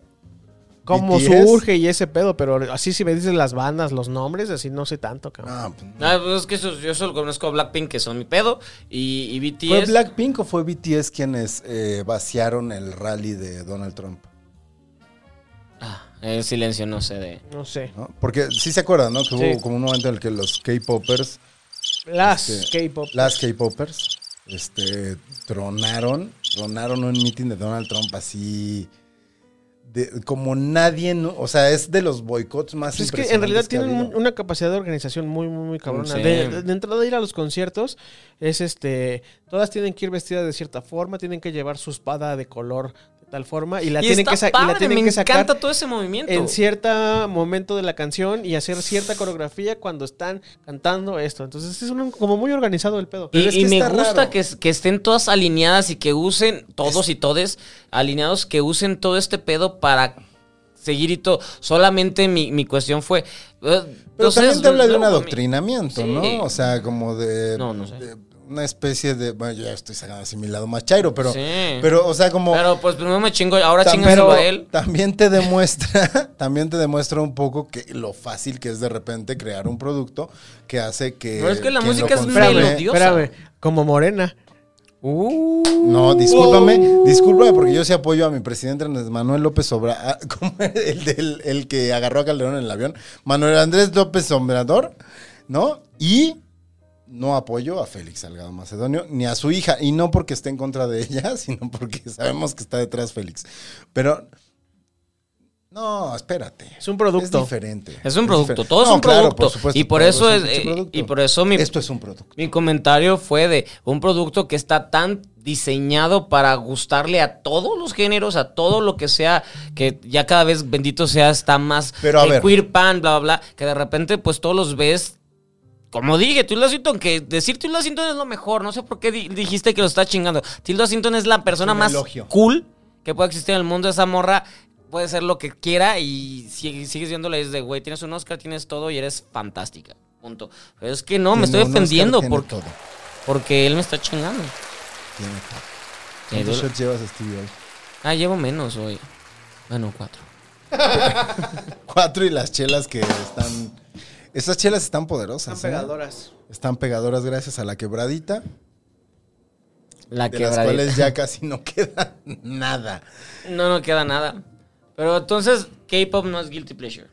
cómo BTS. surge y ese pedo, pero así si me dices las bandas, los nombres, así no sé tanto, cabrón. Ah, pues, no. Ah, pues es que eso- yo solo conozco a Blackpink, que son mi pedo. Y, y BTS. pues, ¿Fue Blackpink o fue BTS quienes eh, vaciaron el rally de Donald Trump? Ah, el silencio no sé de. Ah. No sé. ¿no? Porque sí se acuerdan, ¿no? Que hubo Sí. como un momento en el que los K-Popers, Las Este, K-pop. las K-Popers, este, tronaron, tronaron un meeting de Donald Trump así de- como nadie, no- o sea, es de los boicots más Pues es que en realidad impresionantes que ha tienen un- habido. una capacidad de organización muy, muy, muy cabrona. Sí. De, de- de entrada ir a los conciertos es este, todas tienen que ir vestidas de cierta forma, tienen que llevar su espada de color de tal forma y la y tienen está que, sa- y la padre, tienen me que sacar encanta todo ese movimiento. en cierto momento de la canción y hacer cierta coreografía cuando están cantando esto. Entonces es un- como muy organizado el pedo. Y, Pero es y que me está gusta raro. que, es- que estén todas alineadas y que usen, todos y todes, alineados, que usen todo este pedo para seguir y todo. Solamente mi, mi cuestión fue. eh, Pero entonces, también te habla de un luego, mi- adoctrinamiento, Sí. ¿no? O sea, como de, No, no sé. de una especie de, bueno, yo ya estoy sacando así mi lado más chairo, pero, Sí. pero o sea, como Pero pues primero me chingo, ahora tam- chingaselo a él. también te demuestra, también te demuestra un poco que lo fácil que es de repente crear un producto que hace que Pero es que la quien lo música es consume- melodiosa. Espérame, como morena. Uh, No, discúlpame, discúlpame, porque yo sí apoyo a mi presidente Andrés Manuel López Obrador, como el, del- el que agarró a Calderón en el avión, Manuel Andrés López Obrador, ¿no? Y no apoyo a Félix Salgado Macedonio ni a su hija, y no porque esté en contra de ella, sino porque sabemos que está detrás Félix. Pero, no, espérate. Es un producto. Es diferente. Es un producto, diferente. todo es un producto, y por todo eso un es- pinche eh, producto. y por eso mi- Esto es un producto. Mi comentario fue de un producto que está tan diseñado para gustarle a todos los géneros, a todo lo que sea, que ya cada vez bendito sea, está más Pero a eh, ver. queer pan, bla, bla, bla, que de repente pues todos los ves. Como dije, Tilda Swinton, que decir Tilda Swinton es lo mejor. No sé por qué di- dijiste que lo está chingando. Tilda Swinton es la persona un más elogio. cool que puede existir en el mundo. Esa morra puede ser lo que quiera y si- sigues viéndola y es de, güey, tienes un Oscar, tienes todo y eres fantástica. Punto. Pero es que no, me Tiene estoy un Oscar, defendiendo tiene porque, todo, porque él me está chingando. tiene todo. Sí, ¿Cuántos duro. shots llevas, Stevie, hoy? Ah, llevo menos hoy. Bueno, cuatro. Cuatro y las chelas que están. Esas chelas están poderosas. ¿eh? Están pegadoras gracias a la quebradita, La de quebradita. las cuales ya casi no queda nada. No, no queda nada. Pero entonces, K-pop no es guilty pleasure.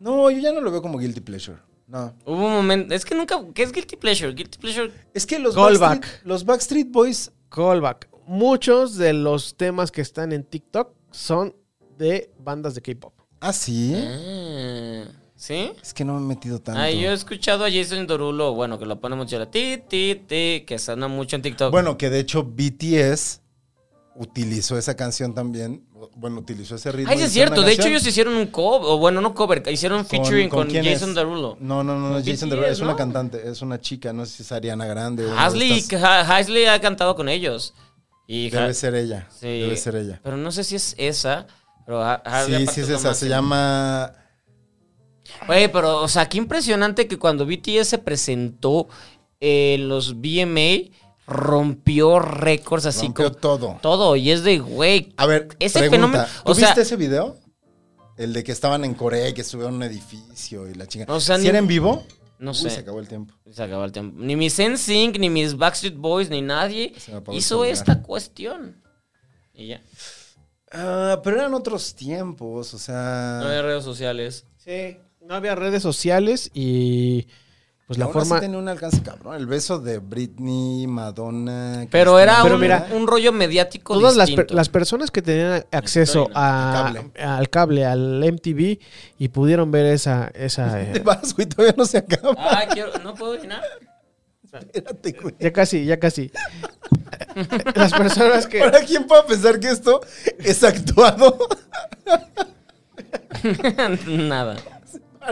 No, yo ya no lo veo como guilty pleasure. No. Hubo un momento. Es que nunca. ¿Qué es guilty pleasure? Guilty pleasure. Es que los Callback. Backstreet, los Backstreet Boys Callback. Muchos de los temas que están en TikTok son de bandas de K-pop. Ah, sí. Ah, ¿Sí? Es que no me he metido tanto. Ay, yo he escuchado a Jason Derulo, bueno, que lo pone mucho la ti, ti, ti, que suena mucho en TikTok. Bueno, que de hecho BTS utilizó esa canción también. Bueno, utilizó ese ritmo. Ay, sí y es hizo cierto. una De hecho, canción. ellos hicieron un cover, o bueno, no cover, hicieron ¿Con- featuring con con, quién Jason es? Derulo. No, no, no, no es Jason Derulo. BTS, Es una ¿no? cantante, es una chica. No sé si es Ariana Grande. o una de Hasley, estas. Ha- Hasley ha cantado con ellos. Y Ha- Debe ser ella. sí, Debe ser ella. Pero no sé si es esa. Pero Ha- Hasley Sí, aparte sí es lo esa. Se máximo. llama. Oye, pero, o sea, qué impresionante que cuando BTS se presentó en los VMA, rompió récords así Rompió como todo. todo. Y es de, güey, A ver, Ese pregunta, fenómeno- ¿tú o sea- viste ese video? El de que estaban en Corea y que subieron a un edificio y la chica. O sea, ¿Si ni- era en vivo? no Uy, sé. se acabó el tiempo. Se acabó el tiempo. Ni mis NSYNC, ni mis Backstreet Boys, ni nadie Se me apagó el hizo celular. esta cuestión. Y ya. Ah, pero eran otros tiempos, o sea. No hay redes sociales. Sí. No había redes sociales y pues la aún forma... así tenía un alcance cabrón. El beso de Britney, Madonna. Pero Cristina. era Pero un, mira, un rollo mediático Todas las, per- distinto. las personas que tenían acceso a- Cable. al cable, al MTV y pudieron ver esa... esa eh, Te vas, güey, todavía no se acaba. Ah, quiero, no puedo opinar. Espérate, güey. ya casi, ya casi. las personas que... ¿Para quién pueda pensar que esto es actuado? Nada.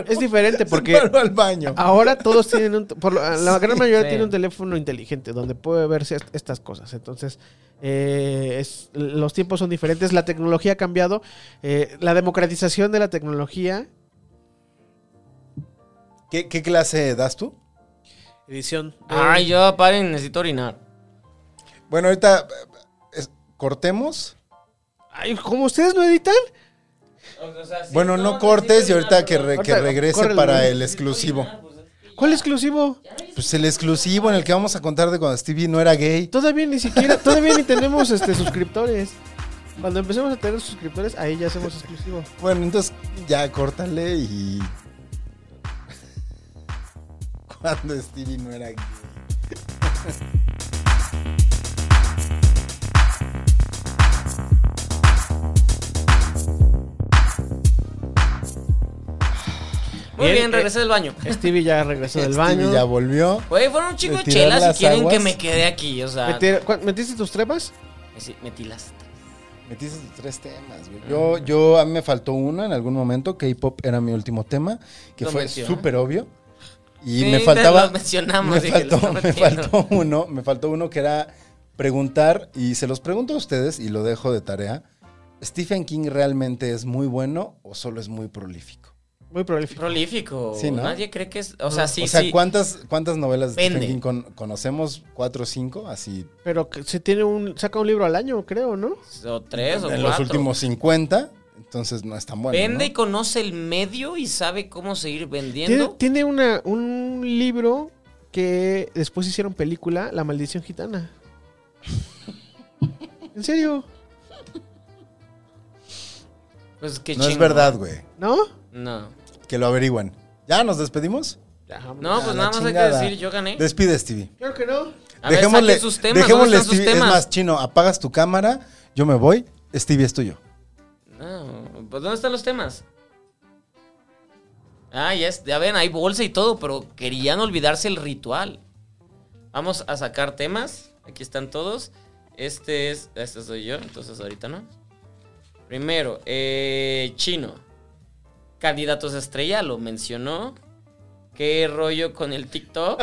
Es diferente porque... Se paró al baño. Ahora todos tienen un... por lo- la gran mayoría sí. tiene un teléfono inteligente donde puede verse est- estas cosas. Entonces, eh, es- los tiempos son diferentes, la tecnología ha cambiado, eh, la democratización de la tecnología. ¿Qué, qué clase das tú? Edición. Ay, yo, paren, necesito orinar. Bueno, ahorita eh, es- cortemos. Ay, ¿cómo ustedes lo editan? Bueno, no cortes y ahorita que, re- que Ahorita, regrese córrele. para el exclusivo. ¿Cuál exclusivo? Pues el exclusivo en el que vamos a contar de cuando Stevie no era gay. Todavía ni siquiera, todavía ni tenemos este suscriptores. Cuando empecemos a tener suscriptores, ahí ya hacemos exclusivo. Bueno, entonces ya córtale y. Cuando Stevie no era gay. Muy Bien, bien, eh, regresé del baño. Stevie ya regresó del Stevie baño. ya volvió. Güey, fueron un chico de de tirar chelas las y quieren aguas. que me quede aquí, o sea. Metieron- ¿cuál- ¿Metiste tus trepas? sí, Metí las. Metiste tres temas, güey. Ah. Yo, yo, a mí me faltó uno en algún momento. K-pop era mi último tema, que Lo fue menciona. súper obvio. Y Sí, me te faltaba. lo mencionamos, me dije, lo faltó, está me metiendo. faltó uno, me faltó uno que era preguntar, y se los pregunto a ustedes y lo dejo de tarea. ¿Stephen King realmente es muy bueno o solo es muy prolífico? Muy prolífico. Prolífico. Sí, ¿no? Nadie cree que es. O sea, sí, o sea, sí. ¿cuántas, ¿cuántas novelas de Stephen Depende. King con- conocemos? ¿Cuatro o cinco? Así. Pero que se tiene un. saca un libro al año, creo, ¿no? O tres o en cuatro. los últimos 50. Entonces no es tan bueno. Vende ¿no? y conoce el medio y sabe cómo seguir Tiene, vendiendo. tiene una, un libro que después hicieron película, La Maldición Gitana. ¿En serio? Pues qué No es chingo. verdad, güey. ¿No? No. Que lo averigüen. ¿Ya nos despedimos. No, pues la nada más hay que chingada. decir, yo gané. Despide, Stevie. Claro que no. A ver, saquen sus temas, dejémosle, ¿dónde están sus Stevie. temas? Es más, chino, apagas tu cámara, yo me voy. Stevie es tuyo. No, pues ¿dónde están los temas? Ah, ya, es- ya ven, hay bolsa y todo, pero querían olvidarse el ritual. Vamos a sacar temas. Aquí están todos. Este es. Este soy yo, entonces ahorita no. Primero, eh, chino. Candidatos estrella, lo mencionó. ¿Qué rollo con el TikTok?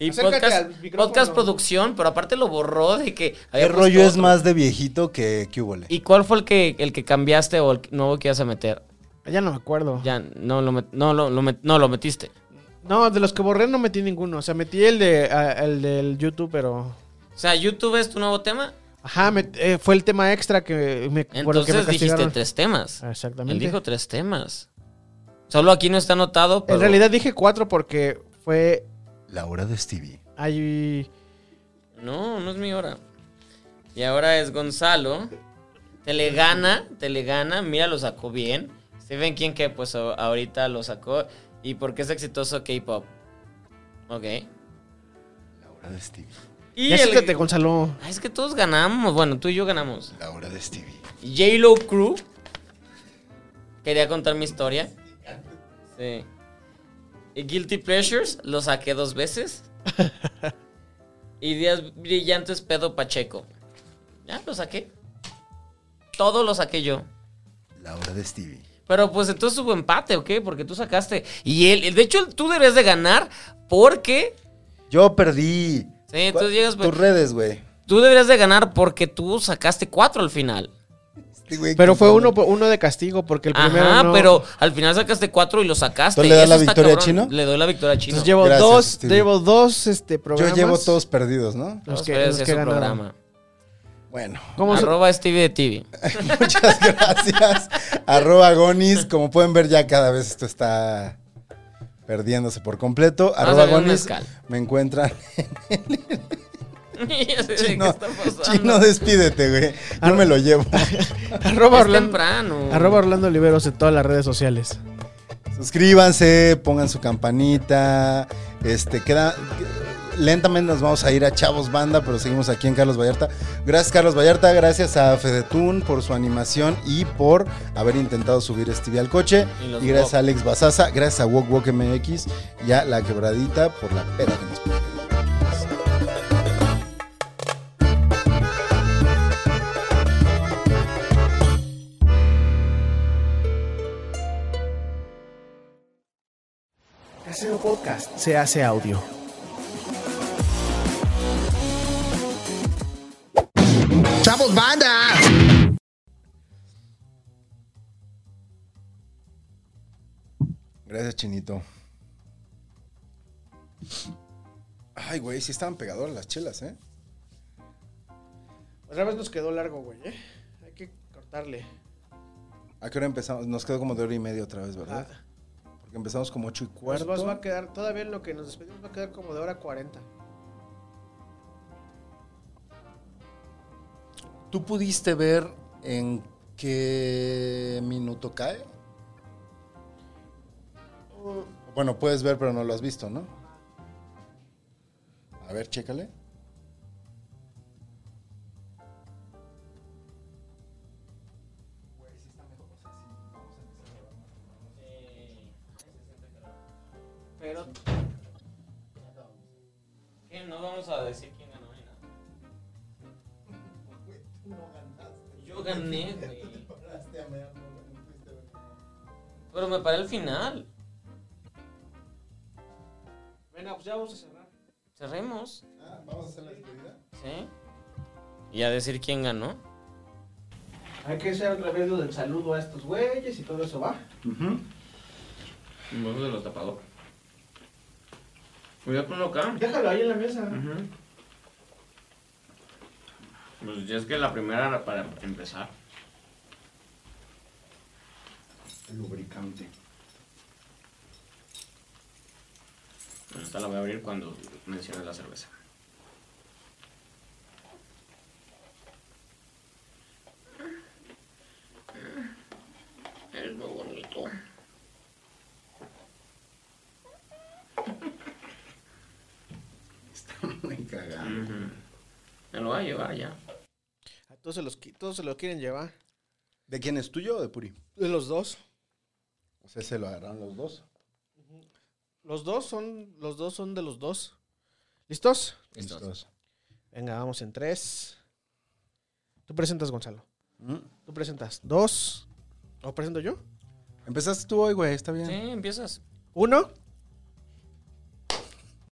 Y Acércate al podcast, micrófono. podcast producción, pero aparte lo borró de que. había El puesto rollo es otro. más de viejito que cubole. ¿Y cuál fue el que, el que cambiaste o el que- nuevo que ibas a meter? Ya no me acuerdo. Ya, no lo, met- no, lo, lo met- no lo metiste. No, de los que borré no metí ninguno. O sea, metí el de a- el del YouTube, pero. O sea, YouTube es tu nuevo tema. Ajá, me- eh, fue el tema extra que me por lo que me Entonces dijiste castigaron. Ah, tres temas. Él Exactamente. dijo tres temas. Solo aquí no está anotado, pero... En realidad dije cuatro porque fue La hora de Stevie. ahí. No, no es mi hora. Y ahora es Gonzalo. Te le gana, te le gana. Mira, lo sacó bien. Stephen King que pues a- ahorita lo sacó. ¿Y por qué es exitoso K-Pop? Ok. La hora de Stevie. Y Ya el- siéntate, Gonzalo. Ah, es que todos ganamos. Bueno, tú y yo ganamos. La hora de Stevie. J-Lo Crew. Quería contar mi historia. Sí. Y Guilty Pleasures, lo saqué dos veces. Ideas brillantes, pedo Pacheco. Ya, lo saqué. Todo lo saqué yo. La hora de Stevie. Pero pues entonces hubo empate, ¿ok? Porque tú sacaste. Y él, de hecho, tú debes de ganar porque Yo perdí. Sí, ¿Cuál- tú llegas, Tus güey. redes, güey. tú deberías de ganar porque tú sacaste cuatro al final. Este güey Pero que- fue uno, por- uno de castigo porque el primero. Ajá, no- pero al final sacaste cuatro y lo sacaste. ¿Tú le das Eso la está victoria a cabrón. Chino? Le doy la victoria a Chino. Entonces llevo Gracias, dos, Stevie. llevo dos este, Yo programas. llevo todos perdidos, ¿no? Los Vamos que, a ver los si que es un ganaron. programa. Bueno, ¿Cómo se- Arroba Stevie de TV. muchas gracias. Arroba Gonis. Como pueden ver, ya cada vez esto está perdiéndose por completo. a Arroba beber un Gonis. mezcal. Me encuentran Chino, Chino, Chino, despídete, güey. Yo me lo llevo. Arroba Es Orlando, temprano. arroba Orlando Oliveros en todas las redes sociales. Suscríbanse, pongan su campanita. Este, queda. Lentamente nos vamos a ir a Chavos Banda, pero seguimos aquí en Carlos Vallarta. Gracias, Carlos Vallarta. Gracias a Fedetun por su animación y por haber intentado subir Stevie al coche. Y los Y, gracias Wok. a Alex Basaza. Gracias a Wok Wok MX y a La Quebradita por la peda que nos pusieron. Casero Podcast se hace audio. ¡Chavos, banda! Gracias, Chinito. Ay, güey, sí estaban pegadoras las chelas, ¿eh? Otra vez Pues nos quedó largo, güey. ¿eh? Hay que cortarle. ¿A qué hora empezamos? Nos quedó como de hora y media otra vez, ¿verdad? Porque empezamos como ocho y Pues cuarto. vas- va a quedar, todavía en lo que nos despedimos va a quedar como de hora 40. ¿Tú pudiste ver en qué minuto cae? Uh. Bueno, puedes ver, pero no lo has visto, ¿no? A ver, chécale. ¿Qué? No vamos a decir quién ganó ni nada. Yo gané, güey. Pero me paré al final. Venga, pues ya vamos a cerrar. Cerremos, Ah, Vamos a hacer la despedida. ¿sí? Y a decir quién ganó. Hay que hacer el revés del saludo a estos güeyes y todo eso va. Vamos de los tapadores. Voy a colocar. Déjalo ahí en la mesa. Ujú. Pues ya es que la primera era para empezar. Lubricante. Bueno, Esta la voy a abrir cuando mencione la cerveza. Es muy bonito. Está muy cagado. Me lo va a llevar ya. A todos se los, qui- todos se lo quieren llevar. ¿De quién es tuyo o de Puri? De los dos. O sea, se lo agarraron los dos. Los dos son, los dos son de los dos. ¿Listos? Listos. Venga, vamos en tres. Tú presentas, Gonzalo. Mm. Tú presentas. Dos. ¿O presento yo? Empezaste tú hoy, güey, está bien. Sí, empiezas. Uno.